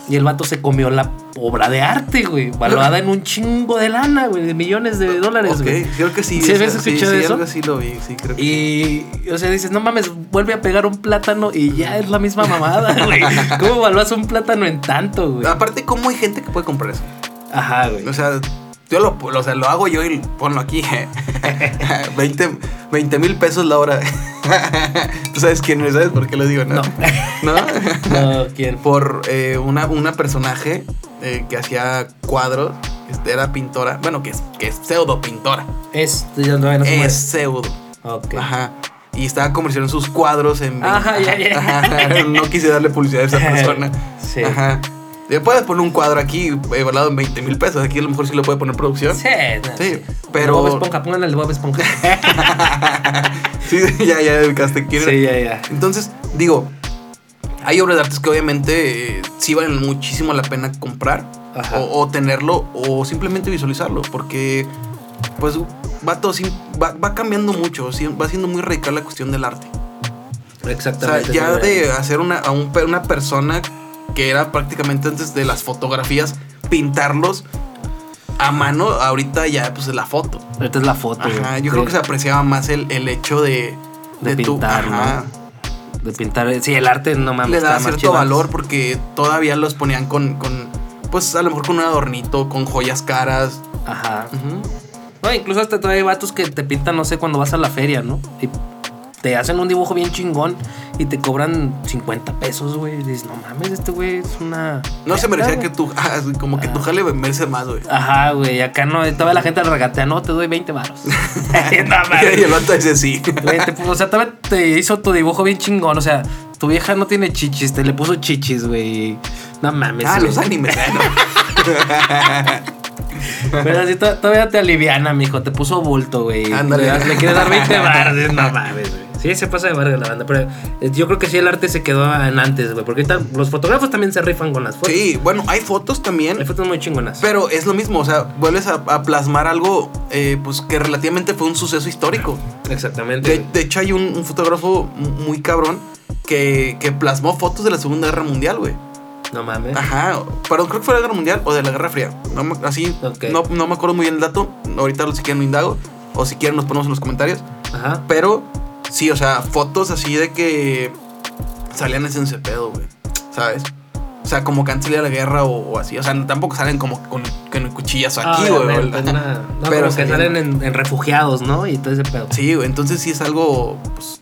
C: Y el vato se comió la obra de arte, güey. Valuada en un chingo de lana, güey. De millones de dólares,
B: Ok,
C: güey.
B: creo que sí.
C: ¿Sí
B: o
C: habías
B: sea,
C: escuchado
B: sí,
C: eso?
B: Sí, algo así lo vi, sí, creo que sí.
C: Y, o sea, dices, no mames, vuelve a pegar un plátano y ya es la misma mamada, güey. ¿Cómo evaluas un plátano en tanto, güey?
B: Aparte, ¿cómo hay gente que puede comprar eso?
C: Ajá, güey.
B: O sea, yo lo, o sea, lo hago yo y ponlo aquí. 20 20 mil pesos la hora. ¿Tú sabes quién es? ¿Sabes por qué lo digo? No. ¿No?
C: No, ¿quién?
B: Por eh, una, una personaje eh, que hacía cuadros, este, era pintora, bueno, que es, que es pseudo pintora.
C: Es, Este, ya no, no se muere.
B: es pseudo.
C: Ok.
B: Ajá. Y estaba comercializando sus cuadros en.
C: Ajá, ya, ya.
B: Ajá, No quise darle publicidad a esa persona.
C: Sí.
B: Ajá. Le puedes poner un cuadro aquí evaluado en 20 mil pesos. Aquí a lo mejor sí lo puede poner producción.
C: Sí, no,
B: Sí,
C: sí.
B: pero-
C: Bob Esponja, pongan el de Bob Esponja.
B: Sí, ya, ya ubicaste quién era.
C: sí, ya, ya.
B: Entonces, digo, hay obras de artes que obviamente eh, sí valen muchísimo la pena comprar
C: Ajá.
B: o, o tenerlo o simplemente visualizarlo porque pues va todo sim- va, va cambiando mucho, sí, va siendo muy radical la cuestión del arte. O sea,
C: Exactamente.
B: ya
C: sí,
B: de hacer una, a un pe- una persona que era prácticamente antes de las fotografías, pintarlos a mano, ahorita ya pues es la foto.
C: Ahorita es la foto,
B: Ajá,
C: güey.
B: yo creo
C: Sí,
B: que se apreciaba más el, el hecho de,
C: De
B: tu-
C: pintar, ¿no?
B: ajá,
C: De pintar. eh, Sí, el arte no mames.
B: Le
C: Ah, está
B: da
C: más
B: cierto
C: chido.
B: valor porque todavía los ponían con, con, pues a lo mejor con un adornito, con joyas caras.
C: Ajá.
B: Ujú.
C: No, incluso hasta todavía hay vatos que te pintan, no sé, cuando vas a la feria, ¿no? Y te hacen un dibujo bien chingón y te cobran 50 pesos, güey. Y dices, no mames, este güey es una.
B: No se
C: merece
B: merecía que tú, ah, como que tu jale merece más, güey.
C: Ajá, güey, acá no, todavía la gente le regatea, no, te doy 20 varos. no,
B: y el
C: mames.
B: vato dice sí.
C: Güey, te- o sea, todavía te hizo tu dibujo bien chingón, o sea, tu vieja no tiene chichis, te le puso chichis, güey. No mames.
B: ah,
C: güey.
B: los animes. ah, no.
C: Pero así to- todavía te aliviana, mijo. Te puso bulto, güey.
B: Ándale.
C: Le, das- le quiere dar 20 barras. No mames, güey. Sí, se pasa de verga la banda. Pero eh, yo creo que sí el arte se quedó en antes, güey. Porque ahorita los fotógrafos también se rifan con las fotos.
B: Sí, bueno, hay fotos también.
C: Hay fotos muy chingonas.
B: Pero es lo mismo, o sea, vuelves a, a plasmar algo eh, pues que relativamente fue un suceso histórico.
C: Exactamente.
B: De,
C: güey.
B: de hecho, hay un, un fotógrafo muy cabrón que, que plasmó fotos de la Segunda Guerra Mundial, güey.
C: No mames.
B: Ajá, perdón, creo que fue la Guerra Mundial o de la Guerra Fría. No me- así,
C: Ok.
B: no, no me acuerdo muy bien el dato. Ahorita si quieren lo indago o si quieren nos ponemos en los comentarios.
C: Ajá.
B: Pero sí, o sea, fotos así de que salían ese en ese pedo, güey. ¿Sabes? O sea, como que antes salía la guerra o, o así. O sea, tampoco salen como con, con cuchillazo aquí,
C: Ah,
B: güey.
C: obviamente,
B: o la-
C: nada. No,
B: Pero
C: como que
B: sí.
C: salen en, en refugiados, ¿no? Y todo ese pedo.
B: Sí, güey. Entonces sí es algo, pues,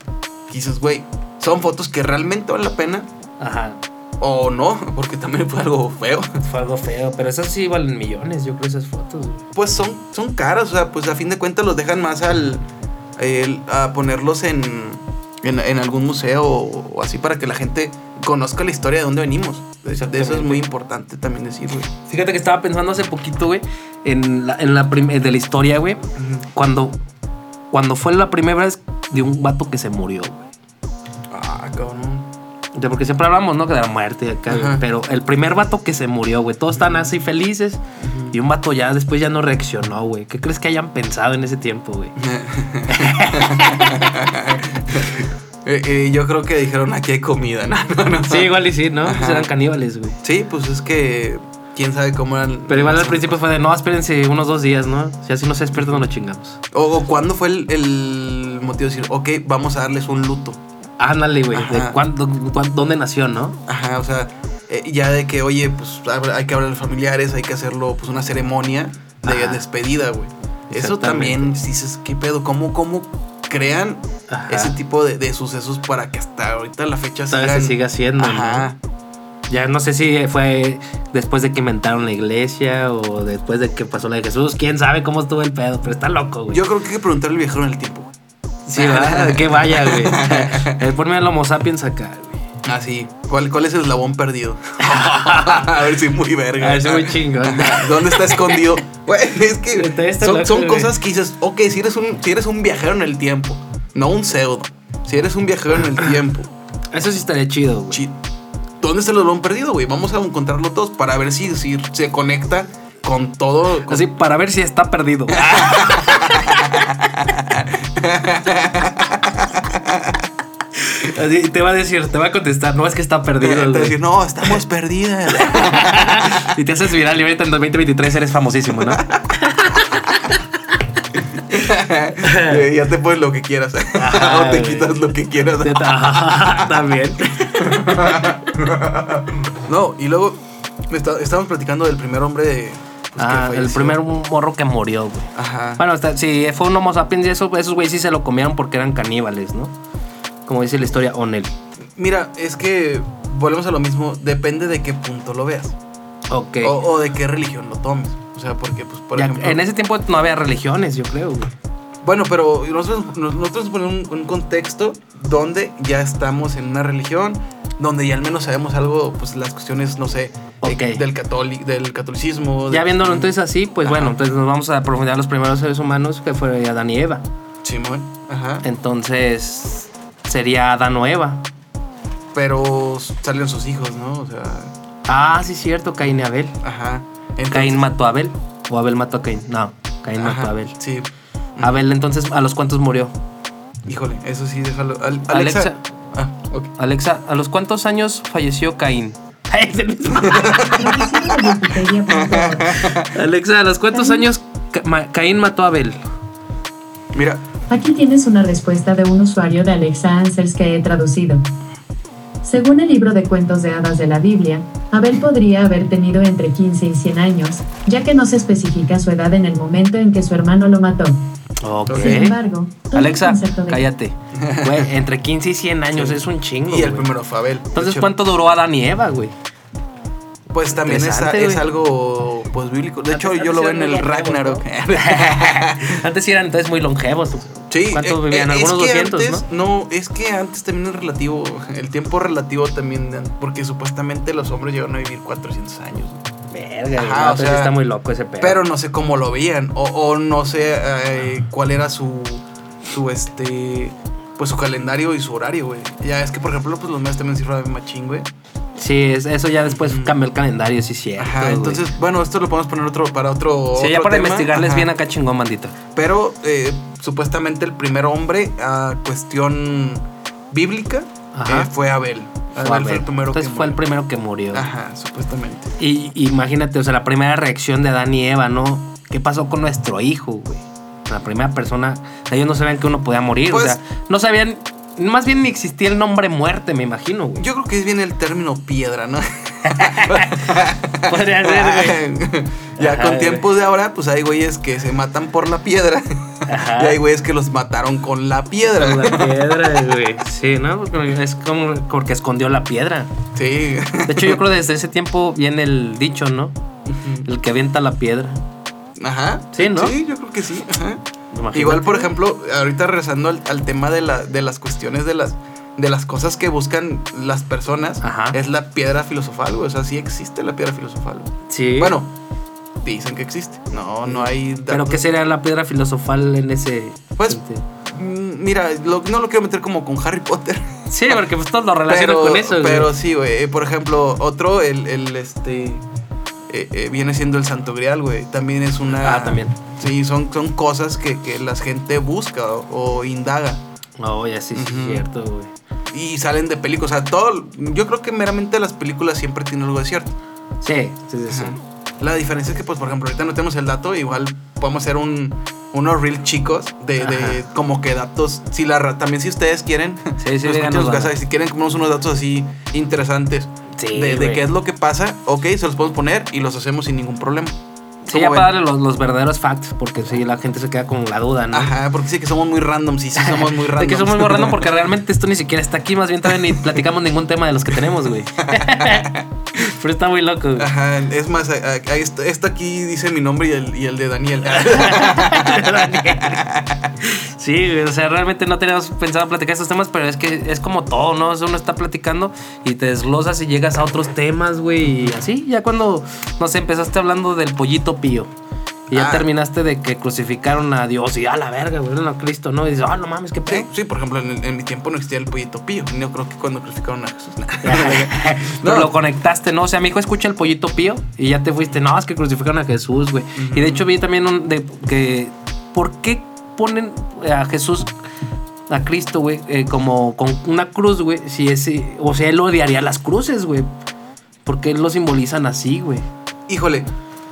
B: que dices, güey, son fotos que realmente valen la pena
C: Ajá.
B: o no, porque también fue algo feo.
C: Fue algo feo. Pero esas sí valen millones, yo creo, esas fotos, güey.
B: Pues son, son caras, o sea, pues a fin de cuentas los dejan más al, el- a ponerlos en, en, en algún museo o, o así para que la gente conozca la historia de dónde venimos. De, de eso es muy importante también decirlo.
C: Fíjate que estaba pensando hace poquito, güey, en la, en la prim- de la historia, güey, cuando, cuando fue la primera vez de un vato que se murió, güey.
B: Ah, cabrón.
C: O sea, porque siempre hablamos, ¿no? Que de la muerte y acá, güey,
B: Ajá.
C: pero el primer vato que se murió, güey, todos están así felices y un vato ya después ya no reaccionó, güey. ¿Qué crees que hayan pensado en ese tiempo, güey?
B: Eh, eh, yo creo que dijeron aquí hay comida, ¿no? no, no.
C: Sí, igual y sí, ¿no? Pues
B: Ajá.
C: eran caníbales, güey.
B: Sí, pues es que quién sabe cómo eran.
C: Pero igual al principio fue de, no, espérense unos dos días, ¿no? Si así no se despiertan, no lo chingamos.
B: O, o cuándo fue el, el motivo de decir, ok, vamos a darles un luto.
C: Ándale, güey, de
B: Ajá.
C: cuándo, cuán- dónde nació, ¿no?
B: Ajá, o sea, eh, ya de que, oye, pues habrá- hay que hablar a los familiares, hay que hacerlo, pues una ceremonia de
C: Ajá.
B: despedida, güey. Eso
C: Exactamente.
B: también, si dices, ¿qué pedo? ¿Cómo, cómo crean
C: Ajá.
B: ese tipo de, de sucesos para que hasta ahorita la fecha
C: Todavía se
B: sigan-
C: sigue haciendo, ¿no? Pues.
B: Ajá.
C: Ya no sé si fue después de que inventaron la iglesia o después de que pasó la de Jesús. Quién sabe cómo estuvo el pedo, pero está loco, güey.
B: Yo creo que hay que preguntarle al viajero en el tiempo, güey.
C: Sí, ¿verdad? que vaya, güey. Eh, Ponme al Homo sapiens acá, güey.
B: Ah, sí. ¿Cuál, cuál es el eslabón perdido? a ver si muy verga.
C: Ah, es muy chingón.
B: ¿Dónde está escondido? Güey, es
C: Está-
B: que
C: está
B: son,
C: loco,
B: son
C: güey.
B: cosas que dices, ok, si eres, un, si eres un viajero en el tiempo, no un pseudo. Si eres un viajero en el tiempo,
C: Eso sí estaría chido, güey.
B: chi- ¿dónde está el eslabón perdido, güey? Vamos a encontrarlo todos para ver si, si se conecta con todo. con-
C: Así para ver si está perdido. Así te va a decir, te va a contestar, no es que está
B: te-
C: perdido.
B: te
C: güey.
B: decir, no, estamos perdidas.
C: y te haces viral y ahorita en 2023 eres famosísimo, ¿no?
B: Eh, ya te pones lo que quieras.
C: Ajá,
B: o te
C: güey.
B: quitas lo que quieras.
C: De- Ajá, También.
B: No, y luego me está- estábamos platicando del primer hombre de, pues, que
C: Ah, el
B: falleció.
C: primer morro que murió, güey.
B: Ajá.
C: Bueno, hasta- si fue un homo sapiens y eso, esos güeyes sí se lo comieron porque eran caníbales, ¿no? Como dice la historia Onel.
B: Mira, es que volvemos a lo mismo, depende de qué punto lo veas
C: Ok.
B: o, o de qué religión lo tomes. O sea, porque, pues, Oh, por
C: Ya-
B: ejemplo.
C: en ese tiempo no había religiones, yo creo, güey.
B: Bueno, pero nosotros, nos- nosotros ponemos un, un contexto donde ya estamos en una religión, donde ya al menos sabemos algo, pues las cuestiones, no sé, de-
C: Ok.
B: del, catoli- del catolicismo.
C: Ya
B: de-
C: viéndolo entonces así, pues
B: Ajá.
C: bueno, entonces nos vamos a profundizar los primeros seres humanos que fue Adán y Eva.
B: Simón, ajá.
C: Entonces sería Adán o Eva.
B: Pero salieron sus hijos, ¿no? O sea,
C: Ah, sí, cierto, Caín y Abel.
B: ajá. Entonces-
C: Caín mató a Abel. O Abel mató a Caín. No, Caín
B: ajá,
C: mató a Abel.
B: Sí.
C: Abel, entonces, ¿a los cuantos murió?
B: Híjole, eso sí, déjalo. Al- Alexa.
C: Alexa.
B: Ah, ok.
C: Alexa, ¿a los cuántos años falleció Caín? Es el mismo. Alexa, ¿a los cuántos años Ca- Ma- Caín mató a Abel?
B: Mira,
D: Aquí tienes una respuesta de un usuario de Alexa Answers que he traducido. Según el libro de cuentos de hadas de la Biblia, Abel podría haber tenido entre 15 y 100 años, ya que no se especifica su edad en el momento en que su hermano lo mató.
C: Ok.
D: Sin embargo, todo el
C: Alexa,
D: concepto de-
C: cállate. Güey, entre 15 y 100 años
B: Sí.
C: es un chingo.
B: Y el
C: güey.
B: primero fue Abel.
C: Entonces,
B: De hecho,
C: ¿cuánto duró Adán y Eva, güey?
B: Pues también es,
C: Interesante,
B: es
C: güey.
B: algo pues bíblico. De hecho,
C: Antes-
B: yo lo veo
C: antes
B: en
C: eran
B: el
C: muy longevos,
B: Ragnarok.
C: Antes sí eran entonces muy longevos.
B: Sí,
C: ¿Cuántos
B: eh,
C: vivían?
B: eh, es
C: Algunos
B: que
C: 200,
B: antes, ¿no? es que antes también es relativo, el tiempo relativo también, porque supuestamente los hombres llegaron a vivir 400 años.
C: ¿no?
B: Ajá,
C: Verga, güey, no,
B: o
C: entonces
B: sea,
C: está muy loco ese pedo.
B: Pero no sé cómo lo veían, o, o no sé eh, cuál era su, su, este, pues su calendario y su horario, güey. Ya es que, por ejemplo, pues los meses también sirven machín, güey.
C: Sí, es- eso ya después cambió el calendario, sí, cierto.
B: Mm. Ajá,
C: güey.
B: entonces, bueno, esto lo podemos poner otro, para otro
C: Sí, ya
B: otro
C: para
B: tema.
C: investigarles
B: Ajá.
C: bien acá chingón, bandito.
B: Pero eh, supuestamente el primer hombre a cuestión bíblica
C: Ajá.
B: eh, fue Abel. Abel
C: A
B: fue
C: ver,
B: el primero
C: entonces
B: que
C: fue el
B: murió.
C: primero que murió.
B: Ajá, supuestamente.
C: Y y imagínate, o sea, la primera reacción de Adán y Eva, ¿no? ¿Qué pasó con nuestro hijo, güey? La primera persona, ellos no sabían que uno podía morir, o
B: Pues-
C: sea, no sabían, más bien ni existía el nombre muerte, me imagino, güey.
B: Yo creo que es bien el término piedra, ¿no?
C: Podría ser, güey.
B: ya
C: Ajá,
B: con
C: güey.
B: tiempos de ahora, pues hay güeyes que se matan por la piedra.
C: Ajá.
B: Y hay güeyes que los mataron con la piedra.
C: Con La piedra, güey. Sí, ¿no? Porque es como porque escondió la piedra.
B: Sí.
C: De hecho, yo creo desde ese tiempo viene el dicho, ¿no? El que avienta la piedra.
B: Ajá.
C: Sí, ¿no?
B: Sí, yo creo que sí. Ajá.
C: Imagínate.
B: Igual, por ejemplo, ahorita regresando al, al tema de, la, de las cuestiones de las, de las cosas que buscan las personas,
C: Ajá.
B: es la piedra filosofal, güey. O sea, sí existe la piedra filosofal. güey.
C: Sí.
B: Bueno, dicen que existe. No, no hay. datos.
C: Pero ¿qué sería la piedra filosofal en ese...
B: Pues-
C: sentido?
B: Mm, Mira, lo- no lo quiero meter como con Harry Potter.
C: Sí, porque pues todos lo relacionan
B: Pero,
C: con eso. güey.
B: pero sí, güey. Eh, Por ejemplo, otro, el, el, este. eh, eh, viene siendo el Santo Grial, güey. También es una.
C: Ah, también.
B: Sí, son, son cosas que, que la gente busca o- o indaga.
C: No, Oh, ya sí, sí, es
B: Ujú.
C: cierto, güey.
B: y salen de películas. O sea, todo. Yo creo que meramente las películas siempre tienen algo de cierto.
C: Sí, sí, sí. sí.
B: La diferencia es que, pues, por ejemplo, ahorita no tenemos el dato, igual podemos hacer un, unos real chicos de, de
C: Ajá.
B: como que datos. Si la ra- también si ustedes quieren,
C: Sí, sí,
B: nos escuchan en
C: díganos,
B: su casa,
C: banda.
B: y si quieren como unos datos así interesantes
C: Sí,
B: de, de
C: güey.
B: qué es lo que pasa, ok, se los podemos poner y los hacemos sin ningún problema.
C: Sí,
B: ¿Cómo
C: ya
B: ven?
C: para darle los, los verdaderos facts, porque sí, la gente se queda con la duda, ¿no?
B: Ajá, porque sí que somos muy random, sí, sí somos muy random.
C: De que somos muy random porque realmente esto ni siquiera está aquí, más bien también ni platicamos ningún tema de los que tenemos, güey. Pero está muy loco, güey.
B: Ajá, es más, a- a- a esto, esto aquí dice mi nombre y el, y el de Daniel.
C: Sí, güey, o sea, realmente no teníamos pensado platicar estos temas, pero es que es como todo, ¿no? O sea, uno está platicando y te desglosas y llegas a otros temas, güey, y así. Ya cuando, no sé, empezaste hablando del pollito pío y ya
B: Ah.
C: terminaste de que crucificaron a Dios y a la verga, güey, no, a Cristo, ¿no? Y dices, ah, no mames, qué pedo.
B: Sí, sí, por ejemplo, en, el- en mi tiempo no existía el pollito pío. No creo que cuando crucificaron a Jesús.
C: Pero
B: No.
C: lo conectaste, ¿no? O sea, mi hijo escucha el pollito pío y ya te fuiste. No, es que crucificaron a Jesús, güey. Y de hecho vi también un de que. ¿Por qué ponen a Jesús, a Cristo, güey, eh, como con una cruz, güey? Si ese. O sea, él odiaría las cruces, güey. Porque él lo simbolizan así, güey.
B: Híjole,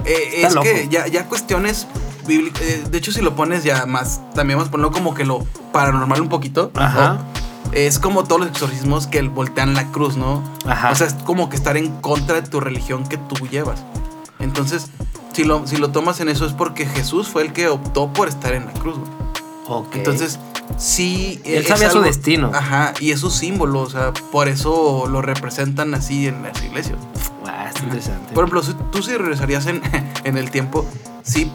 B: eh,
C: Está
B: es
C: loco.
B: que ya, ya cuestiones bíblicas. eh, de hecho, si lo pones ya más, también vamos a ponerlo como que lo paranormal un poquito.
C: Ajá.
B: ¿no? Es como todos los exorcismos que voltean la cruz, ¿no?
C: Ajá.
B: O sea, es como que estar en contra de tu religión que tú llevas. Entonces, si lo, si lo tomas en eso es porque Jesús fue el que optó por estar en la cruz. güey.
C: Ok.
B: Entonces, sí.
C: Él
B: es
C: sabía su destino.
B: Ajá, y es un símbolo, o sea, por eso lo representan así en las iglesias.
C: Ah, está interesante.
B: Por ejemplo, si tú si regresarías en, en el tiempo, sí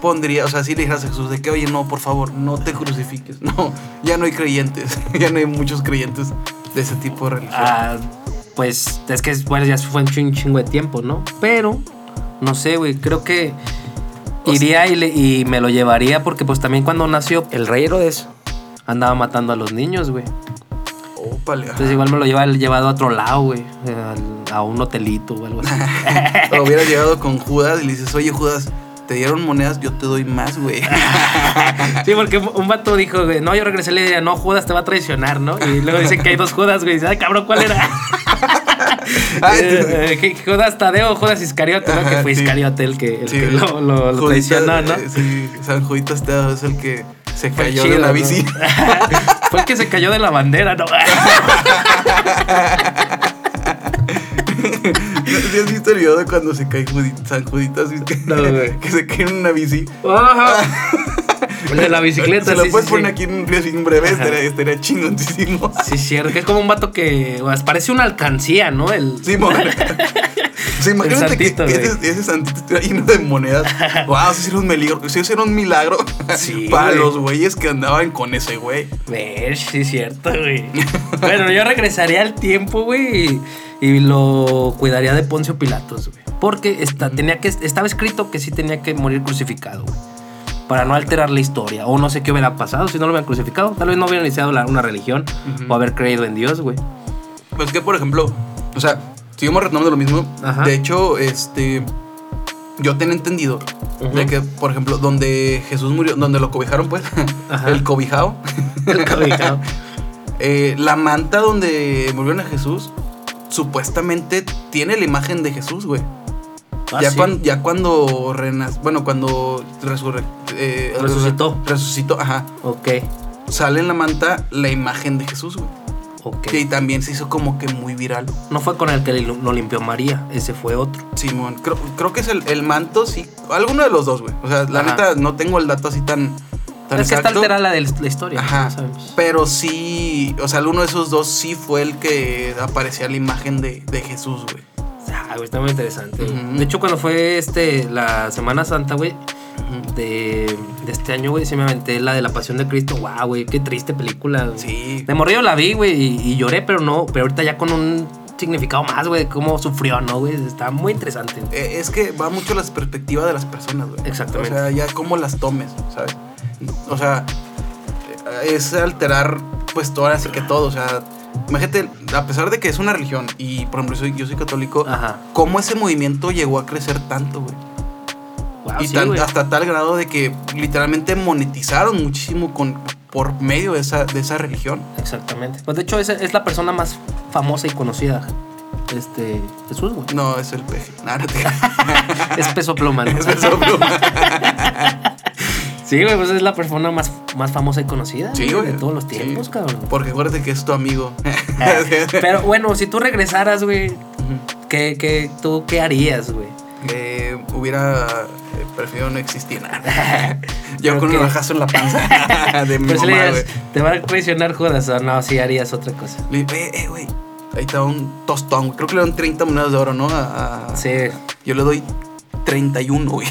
B: pondría, o sea, sí le dijeras a Jesús de que, oye, no, por favor, no te crucifiques. No, ya no hay creyentes, ya no hay muchos creyentes de ese tipo de religión.
C: Ah, pues es que bueno, ya fue un chin- chingo de tiempo, ¿no? Pero, no sé, güey, creo que
B: O sea-
C: iría y, le- y me lo llevaría porque pues también cuando nació el rey Herodes andaba matando a los niños, güey.
B: Ópale, ajá.
C: Entonces igual me lo lleva llevado a otro lado, güey, al- a un hotelito o algo así.
B: O hubiera llegado con Judas y le dices, oye, Judas, te dieron monedas, yo te doy más, güey.
C: sí, porque un vato dijo, güey, no, yo regresé y le diría, no, Judas te va a traicionar, ¿no? Y luego dicen que hay dos Judas, güey, y dice, ay, cabrón, ¿cuál era?
B: Ay,
C: Eh, eh, que- Judas Tadeo, Judas Iscariote, ¿no? Que
B: Ajá,
C: fue
B: sí.
C: Iscariote el que, el
B: Sí,
C: que lo, lo- lo
B: Judita,
C: traicionó, ¿no?
B: eh, Sí, San Judita Estado es el que se
C: Fue
B: cayó
C: chido,
B: de la
C: ¿no?
B: bici.
C: Fue el que se cayó de la bandera, ¿no?
B: ¿Sí has visto el video de cuando se cae Judi- San Judita? así que-
C: No, güey.
B: que se cae en una bici.
C: Ajá. El de la bicicleta,
B: Se lo
C: sí,
B: puedes
C: sí,
B: poner
C: sí.
B: aquí en un briefing breve, estaría, estaría chingoncísimo.
C: Sí, cierto. Que es como un vato que o sea, parece una alcancía, ¿no? El,
B: Sí, mo- Sí, imagínate
C: santito,
B: que
C: güey.
B: ese, ese santito está lleno de monedas. Wow, eso sí era un milagro. sí, eso era un milagro
C: Sí,
B: para
C: güey.
B: los güeyes que andaban con ese güey.
C: Ver, sí, cierto, güey. bueno, yo regresaría al tiempo, güey, y, y lo cuidaría de Poncio Pilatos, güey. Porque está, tenía que, estaba escrito que sí tenía que morir crucificado, güey. Para no alterar la historia. O no sé qué hubiera pasado si no lo hubieran crucificado. Tal vez no hubieran iniciado la- una religión o haber creído en Dios, güey.
B: Pues que, por ejemplo, o sea, seguimos retomando lo mismo.
C: Ajá.
B: De hecho, este. Yo tenía entendido
C: Ujú.
B: de que, por ejemplo, donde Jesús murió, donde lo cobijaron, pues,
C: Ajá.
B: el cobijado,
C: El crucificado.
B: eh, la manta donde murieron a Jesús, supuestamente tiene la imagen de Jesús, güey.
C: Ah,
B: ya,
C: sí.
B: cuan- ya cuando renas, bueno, cuando resurre, eh,
C: Resucitó.
B: Resucitó, ajá.
C: Ok,
B: Sale en la manta la imagen de Jesús, güey.
C: ok.
B: Que también se hizo como que muy viral.
C: No fue con el que lo lo limpió María, ese fue otro.
B: Simón, creo, creo que es el, el manto, sí. Alguno de los dos, güey. O sea, la
C: Ajá.
B: neta no tengo el dato así tan, tan
C: es que está
B: exacto.
C: alterada la, del- la historia,
B: Ajá.
C: no sabemos.
B: Pero sí, o sea, uno de esos dos sí fue el que aparecía la imagen de, de Jesús, güey.
C: Ah, güey, está muy interesante. güey.
B: Ujú.
C: De hecho, cuando fue este la Semana Santa, güey, de, de este año, güey, sí me aventé la de la Pasión de Cristo. Wow, güey, qué triste película. güey.
B: Sí.
C: De morrillo la vi, güey, y, y lloré, pero no, pero ahorita ya con un significado más, güey, de cómo sufrió, ¿no, güey? Está muy interesante.
B: Eh, es que va mucho las perspectivas de las personas, güey.
C: Exactamente.
B: O sea, ya cómo las tomes, ¿sabes? O sea, eh, es alterar, pues, todo, así que todo. O sea, imagínate, a pesar de que es una religión, y por ejemplo, yo soy, yo soy católico,
C: Ajá.
B: ¿cómo ese movimiento llegó a crecer tanto, güey?
C: Wow,
B: y
C: Ah, sí,
B: tan-
C: güey.
B: hasta tal grado de que literalmente monetizaron muchísimo con, por medio de esa, de esa religión.
C: Exactamente. Pues de hecho, esa es la persona más famosa y conocida. Este, Jesús, güey.
B: No, es el peje. Nada, no te-
C: Es peso pluma, ¿no?
B: es beso, bro.
C: Sí, güey, pues es la persona más, más famosa y conocida
B: Sí,
C: güey,
B: güey.
C: de todos los
B: Sí.
C: tiempos, cabrón. Eh,
B: Porque acuérdate que es tu amigo.
C: Pero bueno, si tú regresaras, güey, ¿qué, qué, tú qué harías, güey?
B: Eh, hubiera eh, preferido no existir nada. Yo
C: Pero
B: con
C: qué-
B: un rajazo en la panza de mi
C: Pero si le
B: mamá,
C: dirías,
B: güey.
C: te va a traicionar Judas o no, si harías otra cosa.
B: Le dije, eh, eh, güey. Ahí estaba un tostón. Creo que le dan 30 monedas de oro, ¿no? A- a-
C: Sí.
B: Yo le doy 31, güey.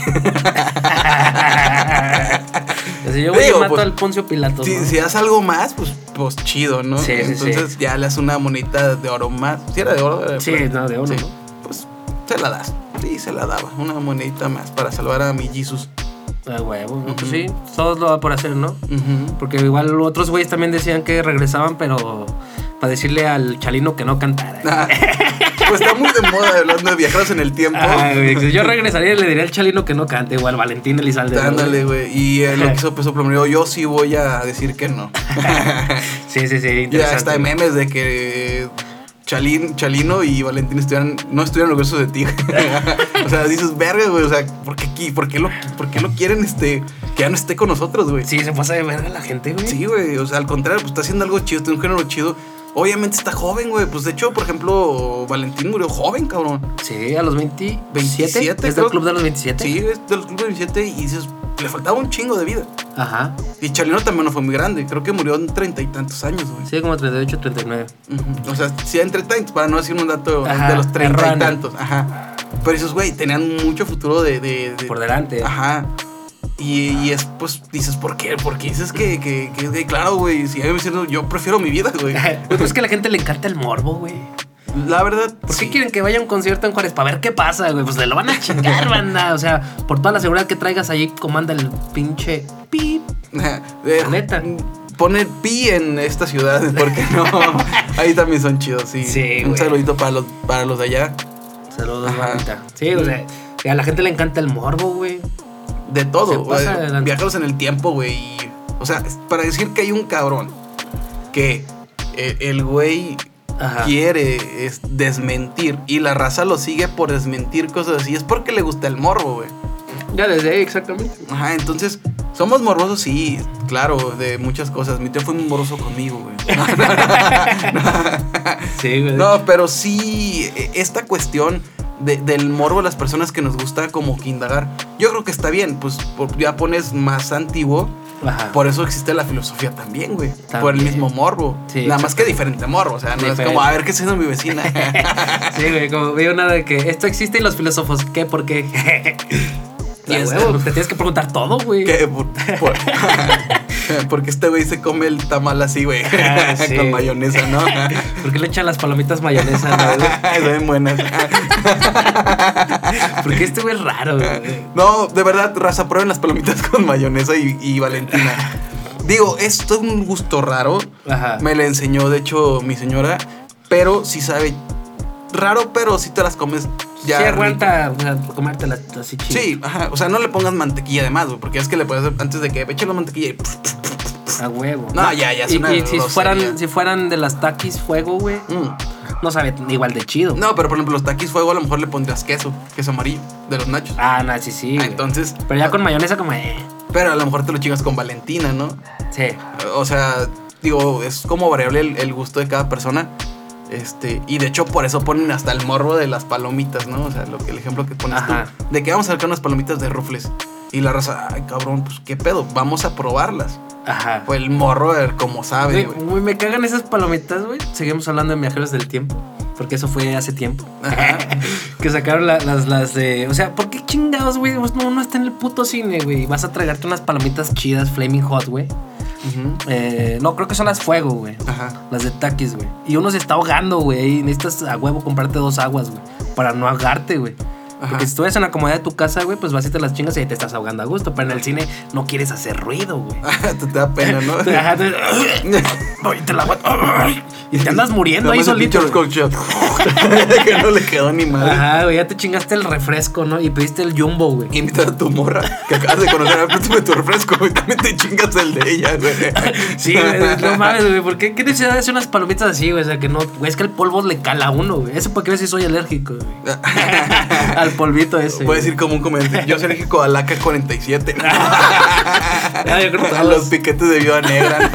C: O sea, yo güey,
B: Digo,
C: mato
B: pues,
C: al Poncio Pilatos.
B: Si,
C: ¿no?
B: si das algo más, pues, pues chido, ¿no?
C: Sí, sí, sí.
B: Entonces ya le das una monita de oro más. Si era de oro, era
C: Sí,
B: plata.
C: no, de oro,
B: Sí. Pues se la das. Sí, se la daba. Una monedita más para salvar a mi Jesus.
C: Ah, huevo, ¿no? Pues
B: Ujú.
C: sí, todos lo va por hacer, ¿no?
B: Ujú.
C: Porque igual otros güeyes también decían que regresaban, pero para decirle al chalino que no cantara.
B: Ah, pues está muy de moda hablando de viajeros en el tiempo.
C: Ah, güey, yo regresaría y le diría al chalino que no cante, o al Valentín Elizalde. ¿no?
B: Ándale, güey. Y eh, lo que hizo Peso Plomero, yo sí voy a decir que no.
C: Sí, sí, sí,
B: ya
C: interesante.
B: está de memes de que Chalín, Chalino y Valentín estuvieran, no estuvieran orgullosos de ti. o sea, dices, verga, güey. O sea, ¿por qué, aquí- por qué lo, por qué lo quieren este, que ya no esté con nosotros, güey?
C: Sí, se pasa de verga la gente, güey.
B: Sí, güey. O sea, al contrario, pues está haciendo algo chido, tiene un género chido. Obviamente está joven, güey. Pues de hecho, por ejemplo, Valentín murió joven, cabrón.
C: Sí, a los 20, 27.
B: 27,
C: ¿Es del
B: creo.
C: club de los 27?
B: Sí, es del club de 27 y dices, le faltaba un chingo de vida.
C: Ajá.
B: Y Chalino también no fue muy grande, creo que murió en treinta y tantos años, güey.
C: Sí, como 38, 39.
B: Ujú. O sea, sí, entre tantos, para no decir un dato
C: Ajá,
B: de los treinta y
C: erróneo.
B: tantos. Ajá. Pero esos, güey, tenían mucho futuro de. de- de-
C: Por delante.
B: Ajá. Y, y es, pues, dices, ¿por qué? Porque dices que, que, que es gay? claro, güey. Si a mí me hicieron, yo prefiero mi vida, güey.
C: Pues es que a la gente le encanta el morbo, güey.
B: La verdad.
C: ¿Por qué
B: sí.
C: quieren que vaya a un concierto en Juárez? Para ver qué pasa, güey. Pues le lo van a chingar, banda. O sea, por toda la seguridad que traigas ahí, comanda el pinche pip.
B: Ajá. Eh,
C: La neta.
B: Poner pi en esta ciudad, porque no. Ahí también son chidos, sí.
C: Sí,
B: un
C: güey.
B: saludito para los, para los de allá.
C: Saludos,
B: Ajá.
C: bandita. Sí, o sea, a la gente le encanta el morbo, güey.
B: De
C: Se
B: todo,
C: pasa
B: güey.
C: de lanza.
B: Viajeros en el tiempo, güey. y- O sea, es- para decir que hay un cabrón que eh, el güey
C: Ajá.
B: quiere es, desmentir y la raza lo sigue por desmentir cosas así, es porque le gusta el morbo, güey.
C: Ya desde ahí, exactamente.
B: Ajá, entonces, somos morbosos, sí, claro, de muchas cosas. Mi tío fue muy morboso conmigo, güey.
C: Sí, güey.
B: No, pero sí, e- esta cuestión de- del morbo de las personas que nos gusta como que indagar, yo creo que está bien, pues por- ya pones más antiguo
C: Ajá.
B: Por eso existe la filosofía también, güey. Por el
C: Ah. También.
B: mismo morbo.
C: Sí,
B: Nada más que diferente morbo. O sea, no es como,
C: Diferente.
B: a ver qué está haciendo mi vecina.
C: Sí, güey, como veo una de que esto existe y los filósofos, ¿qué? ¿Por qué?
B: Y
C: A
B: es-
C: huevo, te tienes que preguntar todo, güey.
B: Ah, ¿Qué? Por- por- porque este güey se come el tamal así, güey.
C: Ah, sí.
B: Con mayonesa, ¿no?
C: ¿Por qué le echan las palomitas mayonesa? no, güey?
B: Saben buenas.
C: Porque este güey es raro, güey.
B: No, de verdad, raza, prueben las palomitas con mayonesa y, y Valentina. Digo, esto es un gusto raro.
C: Ajá.
B: Me la enseñó, de hecho, mi señora. Pero sí sabe. Raro, pero sí te las comes ya.
C: sí,
B: rico.
C: aguanta o sea, comértela así chido.
B: Sí, ajá. O sea, no le pongas mantequilla de más, güey, Porque es que le puedes antes de que eche la mantequilla y pf, pf,
C: A huevo.
B: No, ya, ya, es
C: Y,
B: una
C: y si,
B: grosería.
C: fueran, si fueran de las taquis fuego, güey,
B: mm.
C: no sabe igual de chido.
B: No, pero por ejemplo, los taquis fuego a lo mejor le pondrías queso, queso amarillo, de los nachos.
C: Ah, no, sí, sí.
B: Ah,
C: güey.
B: entonces.
C: Pero ya con mayonesa, como, eh.
B: Pero a lo mejor te lo chingas con Valentina, ¿no?
C: Sí.
B: O sea, digo, es como variable el, el gusto de cada persona. Este, y de hecho, por eso ponen hasta el morbo de las palomitas, ¿no? O sea, lo que, el ejemplo que pones
C: Ajá.
B: tú. De que vamos a sacar unas palomitas de rufles. Y la raza, ay, cabrón, pues qué pedo, vamos a probarlas.
C: Ajá.
B: Fue el morro, a ver cómo sabe,
C: Güey,
B: güey.
C: güey, me cagan esas palomitas, güey. Seguimos hablando de viajeros del tiempo. Porque eso fue hace tiempo.
B: Ajá.
C: que sacaron la- las, las de. O sea, ¿por qué chingados, güey? Pues No, uno está en el puto cine, güey. Vas a tragarte unas palomitas chidas, flaming hot, güey.
B: Ujú.
C: Eh, no, creo que son las fuego, güey.
B: Ajá.
C: Las de taquis, güey. Y uno se está ahogando, güey. Y necesitas a huevo comprarte dos aguas, güey. Para no ahogarte, güey.
B: Ajá.
C: Porque si estuvieras en la comodidad de tu casa, güey, pues vas y te las chingas y ahí te estás ahogando a gusto. Pero en el cine no quieres hacer ruido, güey.
B: Te da pena, ¿no?
C: Ajá, te- Ay, te la aguanto. Ay, Y te andas muriendo ahí
B: Nada más el
C: solito.
B: pinche
C: güey.
B: Roscoe Shot. que no le quedó ni madre.
C: Ajá, güey, ya te chingaste el refresco, ¿no? Y pediste el jumbo, güey.
B: Invita a tu morra que acabas de conocer a préstame tu refresco y también te chingas el de ella, güey.
C: Sí, güey, no mames, güey. ¿Por qué, qué necesidad de hacer unas palomitas así, güey? O sea, que no, güey, es que el polvo le cala a uno, güey. Eso porque yo sí soy alérgico, güey. Al polvito ese.
B: Voy a decir como un comentario. Yo soy alérgico a la K47.
C: Ah, yo creo que
B: A
C: todos.
B: los piquetes de viuda negra.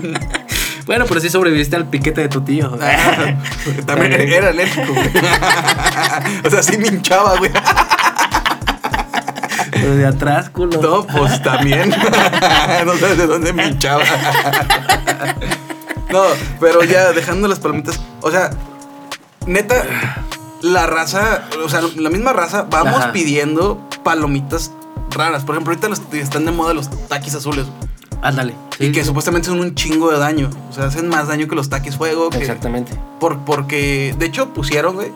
C: güey. Bueno, pero sí sobreviviste al piquete de tu tío. güey.
B: Ah, También era alérgico, güey. O sea, sí me hinchaba, güey.
C: Pero de atrás, culo.
B: No, pues también. No sabes de dónde me hinchaba. No, pero ya dejando las palomitas. O sea, neta, la raza, o sea, la misma raza, vamos
C: Ajá.
B: pidiendo palomitas raras. Por ejemplo, ahorita los- están de moda los taquis azules.
C: Ándale.
B: y
C: sí,
B: que
C: sí.
B: supuestamente son un chingo de daño. O sea, hacen más daño que los taquis fuego. que-
C: Exactamente.
B: por, porque, de hecho, pusieron, güey,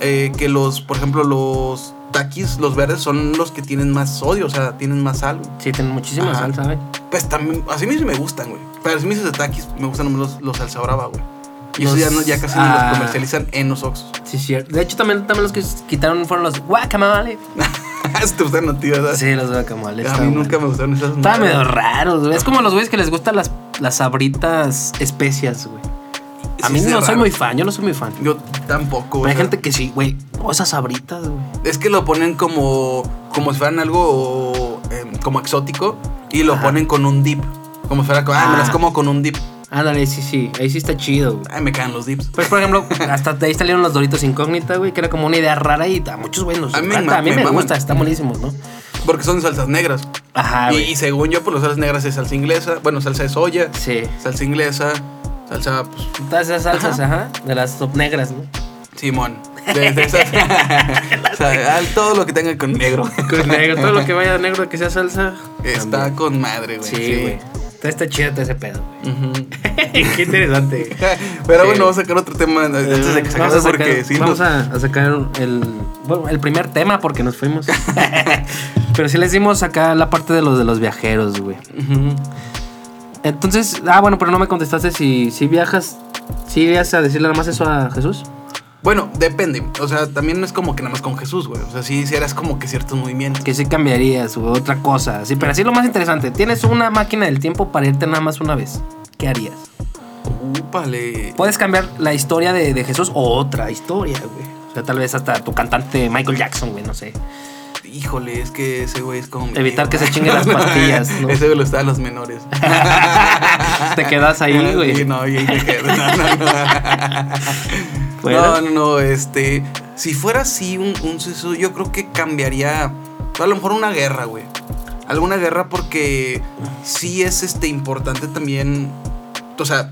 B: eh, que los, por ejemplo, los taquis, los verdes, son los que tienen más sodio, o sea, tienen más sal. güey.
C: Sí, tienen muchísima
B: Ajá.
C: sal, ¿sabes?
B: Pues también, así mismo me gustan, güey. Pero si me dices de taquis, me gustan nomás los, los salsa brava, güey. Y
C: Los-
B: esos ya, no- ya casi no
C: ah.
B: los comercializan en los Oxxos.
C: Sí, cierto. De hecho, también, también los que quitaron fueron los guacamole.
B: Si te gustan a ti, ¿verdad?
C: Sí, los guacamoles.
B: A mí nunca me gustaron esas.
C: Estaban medio raros, güey. Es como los güeyes que les gustan las, las sabritas especias, güey. A
B: Sí,
C: mí
B: sí,
C: no soy
B: raro.
C: muy fan, yo no soy muy fan.
B: Yo tampoco,
C: Pero
B: güey.
C: hay gente que sí, güey. O esas sabritas, güey.
B: Es que lo ponen como, como si fueran algo em, como exótico y lo
C: Ajá.
B: ponen con un dip. Como si fuera, ah, me
C: Ah.
B: las como con un dip.
C: Ándale, sí, sí. Ahí sí está chido, güey.
B: Ay, me caen los dips.
C: Pues, por ejemplo, hasta de ahí salieron los Doritos Incógnita, güey, que era como una idea rara y a muchos güeyes nos
B: A mí me
C: encanta. A mí
B: ma-
C: me,
B: me maman.
C: gusta, están buenísimos, ¿no?
B: Porque son salsas negras.
C: Ajá,
B: Y-
C: Ah, güey.
B: y, según yo, pues las salsas negras es salsa inglesa. Bueno, salsa de soya,
C: Sí.
B: salsa inglesa, salsa, pues,
C: Todas esas salsas, ajá, de las top negras, ¿no?
B: Simón. Desde esas- o sea, al- todo lo que tenga con negro.
C: Con negro, todo lo que vaya de negro que sea salsa.
B: Está con madre, güey.
C: Sí, güey. Está, está chido todo ese pedo, güey.
B: Ujú.
C: Qué interesante, güey.
B: Pero
C: Sí.
B: bueno, vamos a sacar otro tema eh, antes de que se
C: Vamos a
B: acabe
C: sacar-
B: porque sí
C: vamos
B: nos-
C: a, a sacar el, bueno, el primer tema porque nos fuimos. Pero sí les dimos acá la parte de los de los viajeros, güey.
B: Ujú.
C: Entonces, ah, bueno, pero no me contestaste si, si viajas, si irías a decirle nada más eso a Jesús.
B: Bueno, depende. O sea, también no es como que nada más con Jesús, güey. O sea, sí hicieras como que ciertos movimientos.
C: Que sí cambiarías o otra cosa. Sí, pero así lo más interesante. Tienes una máquina del tiempo para irte nada más una vez. ¿Qué harías?
B: Úpale.
C: Puedes cambiar la historia de, de Jesús o otra historia, güey. O sea, tal vez hasta tu cantante Michael Jackson, güey, no sé.
B: Híjole, es que ese güey es como. mi
C: Evitar
B: tío,
C: que
B: güey.
C: se chinguen las pastillas, ¿no?
B: Ese güey lo está a los menores.
C: Te quedas ahí, güey.
B: Sí, no, y ahí te quedas. No, no, no.
C: Bueno.
B: No, no, no, este. Si fuera así un, un suceso, yo creo que cambiaría. A lo mejor una guerra, güey. alguna guerra porque sí es este, importante también, o sea,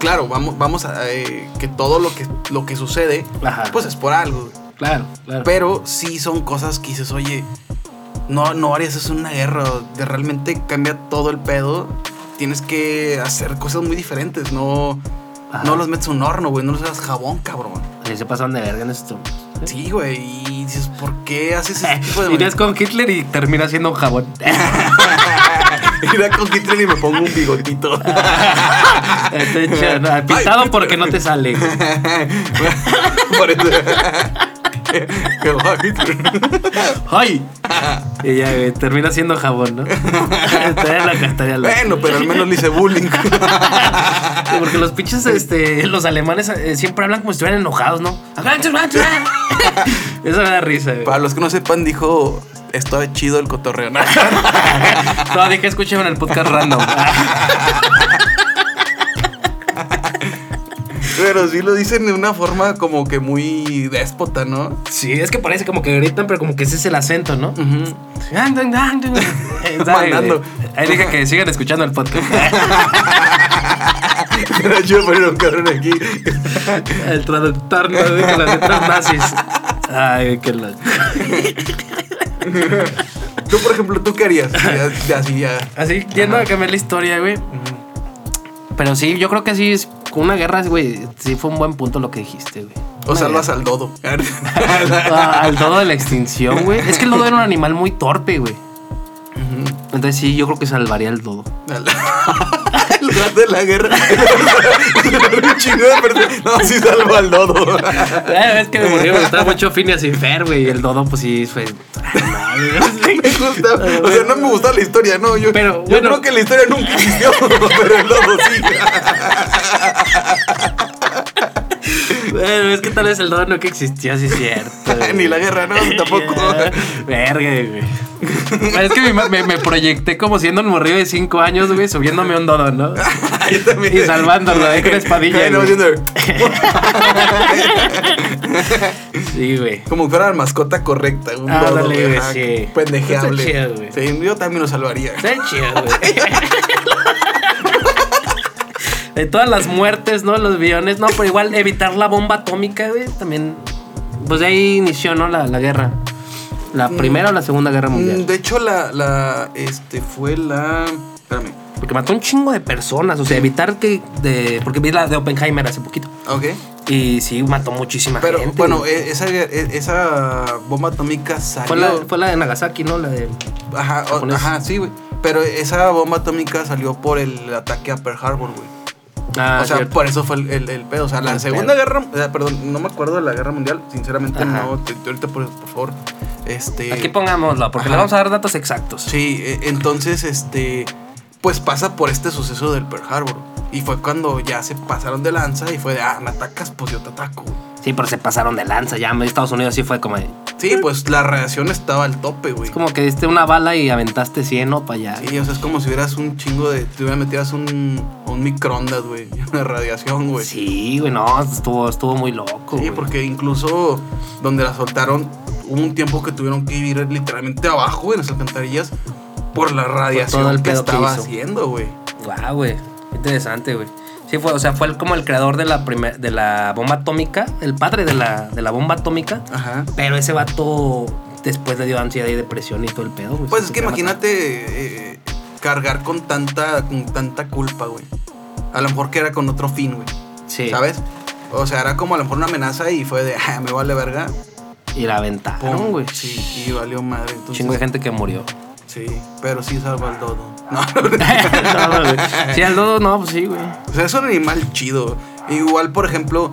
B: claro, vamos, vamos a eh, que todo lo que, lo que sucede,
C: Ajá.
B: pues es por algo. güey.
C: Claro, claro.
B: Pero sí son cosas que dices, oye, no, no harías eso en una guerra. de realmente cambia todo el pedo. Tienes que hacer cosas muy diferentes. No,
C: Ajá.
B: no los metes a un horno, güey. No los hagas jabón, cabrón.
C: Sí, se pasaron de verga en esto.
B: Sí, güey. Y dices, ¿por qué haces ese tipo de
C: Irías con Hitler y termina siendo un jabón.
B: Irá con Hitler y me pongo un bigotito.
C: Te echan- ah, Pintado porque no te sale.
B: Por eso. Que va Hitler.
C: ¡Ay! Y ya, güey, termina siendo jabón, ¿no? Estaría loca, estaría loca.
B: Bueno, pero al menos le hice bullying.
C: Sí, Porque los pinches, este, los alemanes eh, siempre hablan como si estuvieran enojados, ¿no? Eso me da risa, güey.
B: Para los que no sepan, dijo, está chido el cotorreo.
C: No, dije, escuchen el podcast random.
B: Pero sí lo dicen de una forma como que muy déspota, ¿no?
C: Sí, es que parece como que gritan, pero como que ese es el acento, ¿no?
B: Mandando.
C: Ahí dije que sigan escuchando el podcast.
B: Era chido poner un cabrón aquí.
C: El traductor no dijo las letras nazis. Ay, qué loco.
B: Tú, por ejemplo, ¿tú qué harías? Ya- ya, Así ya.
C: Así, yendo a cambiar la historia, güey. Pero sí, yo creo que sí es. Con una guerra, güey, sí fue un buen punto lo que dijiste, güey.
B: O salvas al dodo.
C: Ah, al todo de la extinción, güey. Es que el dodo era un animal muy torpe, güey. Entonces sí, yo creo que salvaría el dodo.
B: Al al lugar de la guerra. Un chingo de personas. No, sí salvo al dodo.
C: Eh, es que me murió, me gustaba mucho Phineas y Fer, güey. Y el dodo, pues sí, fue. Ay, madre.
B: Me gusta. O sea, no me gusta la historia, no. Yo,
C: Pero,
B: yo
C: bueno.
B: creo que la historia nunca existió, pero el dodo sí.
C: Bueno, es que tal vez el dodo no que existía, sí es cierto. güey.
B: Ni la guerra, no, tampoco.
C: Verga, güey. Es que me, me- me proyecté como siendo un morrillo de 5 años, güey, subiéndome a un dodo, ¿no?
B: Yo también.
C: Y salvándolo, ahí con la espadilla,
B: Ahí nomás
C: güey.
B: haciendo-
C: Sí, güey.
B: Como que fuera la mascota correcta, un
C: Ah,
B: dodo,
C: ándale,
B: güey,
C: güey,
B: ajá,
C: sí.
B: pendejeable.
C: Está chido, güey.
B: Sí, yo también lo salvaría.
C: Está chido, güey. De todas las muertes, ¿no? Los billones, no, pero igual evitar la bomba atómica, güey, también. Pues de ahí inició, ¿no? La, la guerra. La primera o la segunda guerra
B: Mm,
C: mundial.
B: De hecho, la, la, este, fue la, espérame,
C: Porque mató un chingo de personas. O sea, evitar que. De, porque vi la de Oppenheimer hace poquito.
B: ok.
C: Y sí, mató muchísima
B: Pero,
C: gente.
B: bueno,
C: güey.
B: e- esa, e- esa bomba atómica salió,
C: fue, la, fue la de Nagasaki, ¿no? La de.
B: ajá, o-
C: japonesa.
B: ajá, sí, güey. Pero esa bomba atómica salió por el ataque a Pearl Harbor, güey.
C: Ah,
B: o sea,
C: cierto.
B: por eso fue el, el- el pedo. O sea, la
C: El
B: Segunda
C: pedo.
B: Guerra, o sea, perdón, no me acuerdo de la Guerra Mundial, sinceramente
C: Ajá.
B: no. te- ahorita, por, por favor, este...
C: Aquí pongámosla, porque le
B: Ajá.
C: vamos a dar datos exactos.
B: Sí, e- entonces, este, pues pasa por este suceso del Pearl Harbor. Y fue cuando ya se pasaron de lanza y fue de, ah, me atacas, pues yo te ataco. güey.
C: Sí, pero se pasaron de lanza. Ya Estados Unidos sí fue como. de-
B: Sí, pues la radiación estaba al tope, güey.
C: Es como que diste una bala y aventaste 100 o para allá.
B: Sí, o sea, es como si hubieras un chingo de, te hubieras metieras un, un microondas, güey, de radiación, güey.
C: Sí, güey, no, estuvo, estuvo muy loco.
B: Sí,
C: güey.
B: porque incluso donde la soltaron, hubo un tiempo que tuvieron que vivir literalmente abajo en las alcantarillas por la radiación
C: todo el
B: que
C: pedo que
B: estaba
C: hizo.
B: haciendo, güey.
C: Guau, güey. qué Interesante, güey. Sí, fue, o sea, fue el- como el creador de la, primer- de la bomba atómica, el padre de la, de la bomba atómica.
B: Ajá.
C: Pero ese vato después le dio ansiedad y depresión y todo el pedo, güey.
B: Pues
C: Se
B: es que
C: quería matar.
B: imagínate eh, cargar con tanta, con tanta culpa, güey. A lo mejor que era con otro fin, güey.
C: Sí.
B: ¿Sabes? O sea, era como a lo mejor una amenaza y fue de, "Ah, me vale verga.
C: Y la
B: Pum,
C: aventaron, güey.
B: Sí, pues y valió madre. Entonces,
C: Chingo de gente que murió.
B: Sí, pero sí salva al dodo. No,
C: No, güey. sí, al dodo no, pues sí, güey.
B: o sea, es un animal chido. Igual, por ejemplo,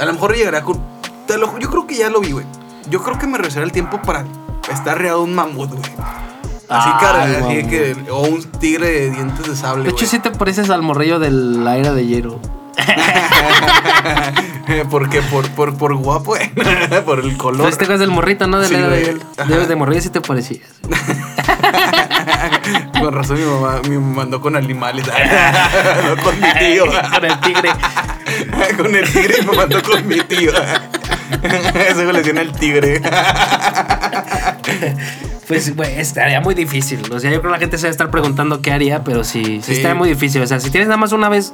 B: a lo mejor llegará con. te lo ju- yo creo que ya lo vi, güey. Yo creo que me regresará el tiempo para estar reado un mamut, güey. Así,
C: Ay,
B: cara, así
C: mamut.
B: que. O un tigre de dientes de sable.
C: De hecho,
B: güey.
C: sí te pareces al morrillo del aire de hierro.
B: Porque por, por, por guapo, eh, por el color.
C: Entonces Pues te acuerdas del morrito, ¿no? Del
B: Sí,
C: aire de
B: güey.
C: hielo.
B: Ajá.
C: De, de morrillo sí te parecías.
B: Con razón mi mamá me mandó con animales. no con mi tío.
C: Con el tigre.
B: con el tigre me mandó con mi tío. Eso le tiene el tigre.
C: Pues, güey, estaría muy difícil. O sea, yo creo que la gente se va a estar preguntando qué haría, pero sí, sí,
B: Sí.
C: estaría muy difícil. O sea, si tienes nada más una vez,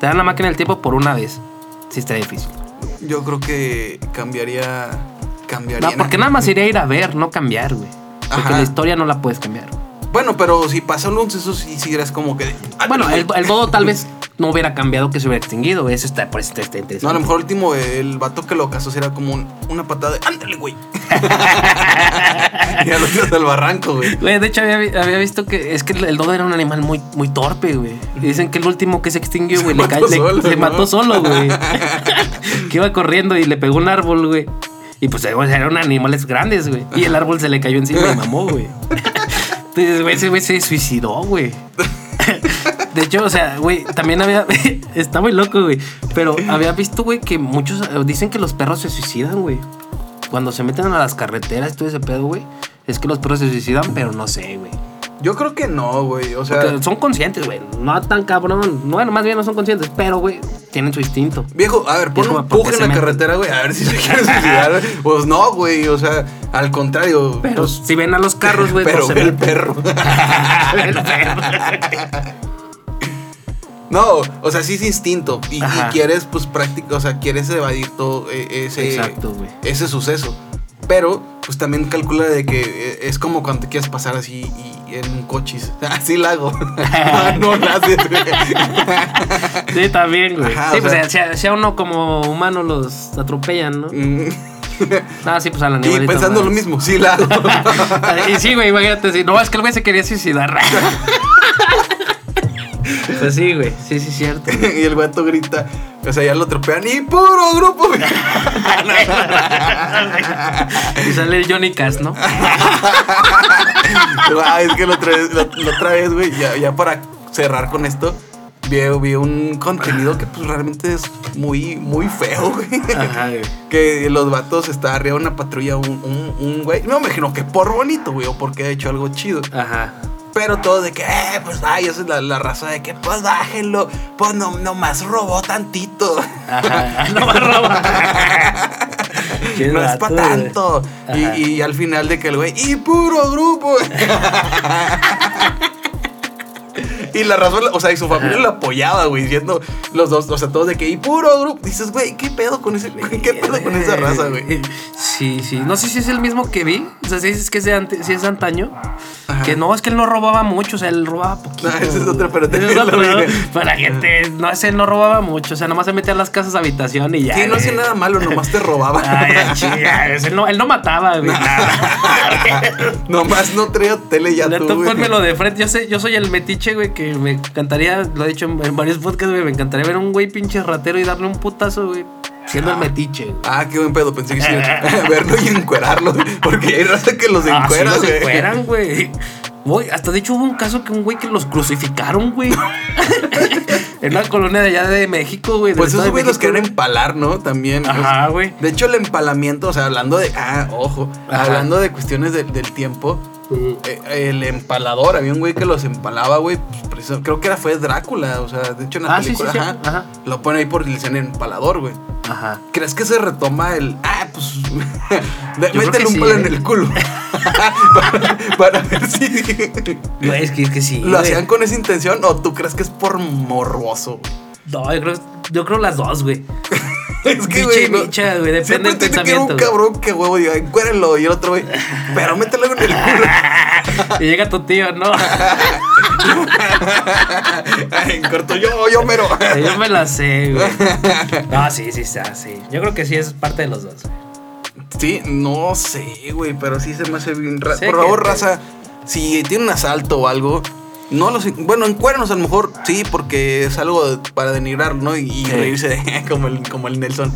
C: te dan la máquina del tiempo por una vez. Sí, estaría difícil.
B: Yo creo que cambiaría. Cambiaría.
C: No, porque nada más iría a ir a ver, no cambiar, güey. Porque
B: Ajá.
C: la historia no la puedes cambiar.
B: Bueno, pero si pasa un suceso, sí, sí eres como que. Ah,
C: Bueno,
B: güey.
C: el, el dodo tal vez no hubiera cambiado que se hubiera extinguido. Eso está, por eso está- está interesante.
B: No, a lo mejor el último, el vato que lo casó será como un- una patada de ándale, güey. ya lo tiras al barranco, güey.
C: Güey, de hecho había, vi- había visto que es que el el dodo era un animal muy, muy torpe, güey. Y dicen que el último que se extinguió, güey, le,
B: mató
C: ca- le-
B: solo,
C: se
B: ¿no?
C: mató solo, güey. que iba corriendo y le pegó un árbol, güey. Y pues eh, o sea, eran animales grandes, güey. Y el árbol se le cayó encima y mamó, güey. Entonces, güey, ese güey se suicidó, güey. De hecho, o sea, güey, también había. Está muy loco, güey. Pero había visto, güey, que muchos eh, dicen que los perros se suicidan, güey. Cuando se meten a las carreteras, todo ese pedo, güey. Es que los perros se suicidan, pero no sé, güey.
B: Yo creo que no, güey. O sea,
C: Porque son conscientes, güey. No tan cabrón. Bueno, más bien no son conscientes, pero, güey, tienen su instinto.
B: viejo, a ver, pon
C: Viejo,
B: un
C: ¿por qué
B: puje
C: se
B: en la
C: me-
B: carretera, güey, a ver si se quiere suicidar. güey. pues no, güey. O sea, al contrario.
C: Pero
B: pues,
C: si ven a los carros, güey,
B: pero
C: no se
B: ve el
C: ven.
B: perro.
C: El perro.
B: No, o sea, sí es instinto. Y, y
C: Ajá.
B: quieres, pues, práctica, o sea, quieres evadir todo eh, ese,
C: Exacto, güey.
B: ese suceso. Pero, pues también calcula de que eh, es como cuando te quieres pasar así y, y en un cochis. Así la hago. no, no la haces, güey.
C: Sí, también, güey.
B: Ajá,
C: Sí,
B: o
C: pues
B: sea-
C: sea, sea- sea uno como humano los atropellan, ¿no?
B: Mm.
C: Ah, sí, pues al
B: y
C: animalito.
B: pensando
C: más.
B: lo mismo, sí la hago.
C: Y sí, güey, imagínate, sí. no, es que el güey se quería suicidar. pues sí, güey, sí, sí, cierto.
B: y el guato grita. O sea, ya lo tropean y puro grupo. güey.
C: y sale el Johnny Cash, ¿no?
B: Ah, es que la otra vez, la, la otra vez, güey, ya, ya para cerrar con esto, vi, vi un contenido que pues realmente es muy, muy feo, güey.
C: Ajá, güey.
B: Que los vatos está arriba de una patrulla, un, un, un güey. No me imagino que por bonito, güey, o porque ha hecho algo chido.
C: Ajá.
B: Pero todo de que, eh, pues, ay, esa es la, la raza de que, pues, bájenlo. Pues, no, nomás robó tantito.
C: Ajá. No me roba. Qué
B: no es
C: vato,
B: para
C: güey.
B: tanto. Y,
C: Ajá.
B: y al final de que el güey, y puro grupo. y la razón, o sea, y su familia lo apoyaba, güey, diciendo los dos, o sea, todos de que, y puro grupo. Dices, güey, ¿qué pedo con ese, qué pedo con esa raza, güey?
C: Sí, sí. No sé si es el mismo que vi. O sea, si dices que es de ante- si es de antaño.
B: Ajá.
C: Que no, es que él no robaba mucho, o sea, él robaba poquito.
B: No, ese es otro, pero
C: Ese es
B: también
C: otro,
B: lo
C: ¿no?
B: vi.
C: Pero la gente, no, ese no robaba mucho, o sea, nomás se metía a las casas habitación y ya.
B: Sí, no
C: güey. Ah,
B: hacía nada malo, nomás te robaba.
C: Ay, ay, chinga, él, no, él no mataba, güey. nada.
B: nomás no traía tele ya
C: Le
B: tú,
C: tocó
B: güey.
C: ponmelo de frente. Yo sé, yo soy el metiche, güey, que me encantaría, lo he dicho en, en varios podcasts, güey, me encantaría ver a un güey pinche ratero y darle un putazo, güey. Siendo el metiche, güey.
B: Ah, qué buen pedo, pensé que sí. verlo y encuerarlo, güey, porque hay raza que los
C: Ah, sí,
B: encuera,
C: los
B: güey.
C: encueran, güey. Güey, hasta de hecho hubo un caso que un güey que los crucificaron, güey. en una colonia de allá de México, güey. del
B: Pues
C: Estado de
B: esos güeyes los
C: México,
B: quieren empalar, ¿no? También.
C: Ajá,
B: o sea,
C: güey.
B: De hecho, el empalamiento, o sea, hablando de. Ah, ojo.
C: Ajá.
B: Hablando de cuestiones de- del tiempo. eh, el empalador, había un güey que los empalaba, güey. pues, preciso- creo que era fue Drácula, o sea, de hecho en la
C: Ah, sí,
B: película.
C: sí, sí,
B: ajá,
C: ajá.
B: Lo pone ahí por el en empalador, güey.
C: Ajá.
B: ¿Crees que se retoma el. Ah, pues. de-
C: creo
B: métele
C: que
B: un
C: sí,
B: palo
C: eh.
B: en el culo. para, para ver si.
C: Güey, es que, es que Pues sí.
B: ¿Lo
C: güey.
B: hacían con esa intención o tú crees que es por morboso? güey?
C: No, yo creo, yo creo las dos, güey.
B: Es que,
C: Biche
B: güey.
C: y
B: no-
C: bicha, güey, depende
B: Siempre
C: del
B: tiene que haber un
C: pensamiento,
B: cabrón que huevo diga, encuérenlo. Y el otro, güey, pero mételo en el culo.
C: y llega tu tío, ¿no?
B: Ay, en corto, yo, yo mero.
C: Yo me la sé, güey. No, sí, sí, sí, sí. Yo creo que sí es parte de los dos. güey.
B: Sí, no sé, güey, pero sí se me hace bien. ra-
C: Sí,
B: Por favor,
C: gente.
B: raza, si tiene un asalto o algo. No los. Bueno, en cuernos a lo mejor sí, porque es algo de- para denigrar, ¿no? Y, y
C: Sí.
B: reírse de- como, el, como el Nelson.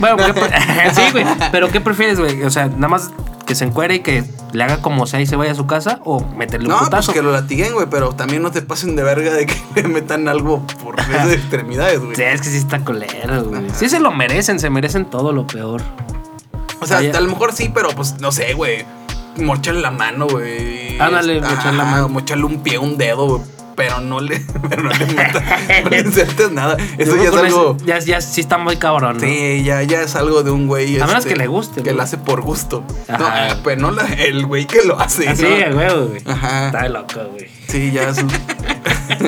C: Bueno, ¿qué pre- sí, güey. Pero ¿qué prefieres, güey? O sea, nada más que se encuere y que le haga como sea y se vaya a su casa o meterle un
B: No, pues
C: putazo.
B: que lo latiguen, güey, pero también no te pasen de verga de que le metan algo por esas extremidades, güey.
C: Sí, es que sí está colero, güey.
B: Ajá.
C: Sí se lo merecen, se merecen todo lo peor.
B: O sea,
C: Oye.
B: a lo mejor sí, pero pues no sé, güey. Mocharle la mano, güey.
C: Ándale,
B: Ajá,
C: mocharle la mano.
B: Mocharle un pie, un dedo, güey. pero no le, pero no le, metas- no le insertes nada. Eso ya es algo.
C: Ya, ya sí está muy cabrón. ¿no?
B: Sí, ya, ya es algo de un güey. este,
C: A menos que le guste,
B: Que
C: ¿no?
B: lo hace por gusto.
C: Ajá.
B: No, pues no la- el güey que lo hace.
C: Así,
B: ¿no?
C: güey, güey.
B: Ajá.
C: Está loco, güey.
B: Sí, ya es.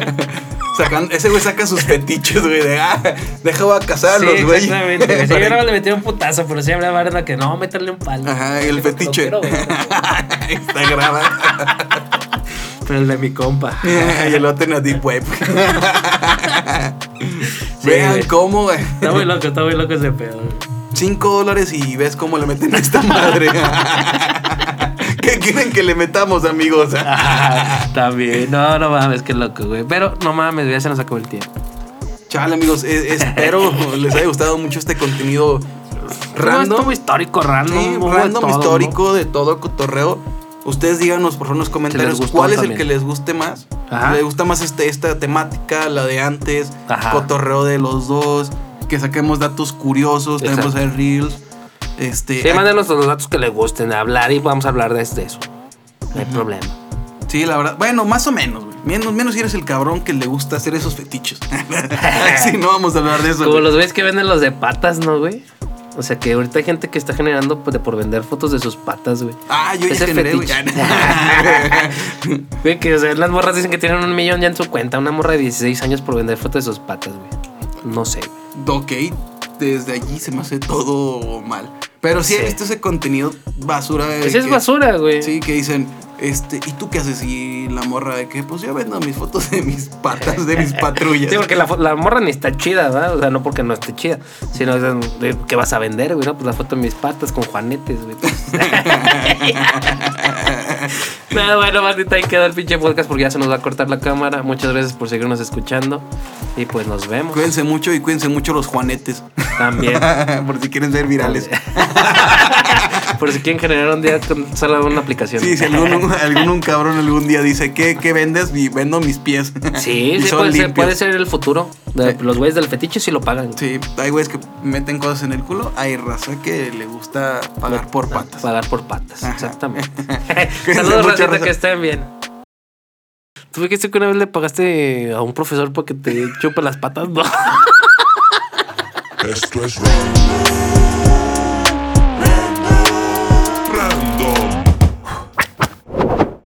B: Sacan- ese güey saca sus fetiches, güey. De, ah, deja voy a casarlos,
C: sí,
B: güey.
C: exactamente. Sí, yo nada más le metí un putazo, pero siempre habrá banda que no, métale un palo.
B: Ajá, el
C: Lo
B: fetiche.
C: quiero ver, güey.
B: Está grabado.
C: pero el de mi compa.
B: y el otro en la Deep Web.
C: Sí,
B: pues". Vean
C: güey.
B: cómo, güey.
C: Está muy loco, está muy loco ese pedo. güey.
B: 5 dólares y ves cómo le meten a esta madre. ¿Qué quieren que le metamos, amigos?
C: También, no, no mames, qué loco, güey. Pero no mames, ya se nos acabó el tiempo.
B: Chale, amigos, e- espero les haya gustado mucho este contenido
C: Random.
B: random.
C: Estuvo histórico, random.
B: Sí,
C: hubo de
B: random
C: todo,
B: histórico de todo cotorreo. Ustedes díganos por favor en los comentarios
C: gustó
B: cuál es el
C: también.
B: que les guste más.
C: Ajá.
B: ¿Les gusta más este, esta temática, la de antes?
C: Ajá.
B: Cotorreo de los dos. Que saquemos datos curiosos. Tenemos
C: Exacto.
B: el Reels. Este,
C: ¿no? Sí, mándenos los datos que les gusten a hablar y vamos a hablar de de eso. No hay problema.
B: Sí, la verdad. Bueno, más o menos, güey. Menos, menos si eres el cabrón que le gusta hacer esos fetiches. sí, no vamos a hablar de eso.
C: Como
B: güey.
C: los ves que venden los de patas, ¿no, güey? O sea que ahorita hay gente que está generando pues, de por vender fotos de sus patas, güey.
B: Ah, yo ya
C: Ese
B: generé, güey.
C: fetiche. Güey, que o sea, las morras dicen que tienen un millón ya en su cuenta. Una morra de 16 años por vender fotos de sus patas, güey. No sé.
B: ok, desde allí se me hace todo mal. Pero sí, he
C: Sí.
B: visto ese contenido basura. de
C: Esa Pues es
B: que-
C: basura, güey.
B: Sí, que dicen, este, ¿y tú qué haces? Y la morra de que, pues yo vendo mis fotos de mis patas, de mis patrullas.
C: Sí, porque la, fo- la morra ni está chida, ¿verdad? O sea, no porque no esté chida, sino o sea, eh, ¿qué vas a vender, güey? No, pues la foto de mis patas con juanetes, güey. Nada, bueno, bandita, ahí queda el pinche podcast porque ya se nos va a cortar la cámara. Muchas gracias por seguirnos escuchando y pues nos vemos
B: Cuídense mucho y cuídense mucho los juanetes.
C: también.
B: Por si quieren ser virales.
C: Por si quieren generar un día con solo una aplicación.
B: Sí, si algún, algún un cabrón algún día dice, ¿qué, qué vendes? Y vendo mis pies.
C: Sí,
B: Y
C: sí,
B: son
C: puede ser,
B: limpios.
C: puede ser el futuro. de
B: Sí.
C: Los güeyes del fetiche si lo pagan.
B: Sí, hay güeyes que meten cosas en el culo. Hay raza que le gusta pagar por patas.
C: Pagar por patas, exactamente.
B: Cuídense
C: Saludos,
B: mucho,
C: ratita,
B: raza.
C: que estén bien. ¿Tú dijiste que una vez le pagaste a un profesor para que te chupe las patas? No.
A: Esto es random.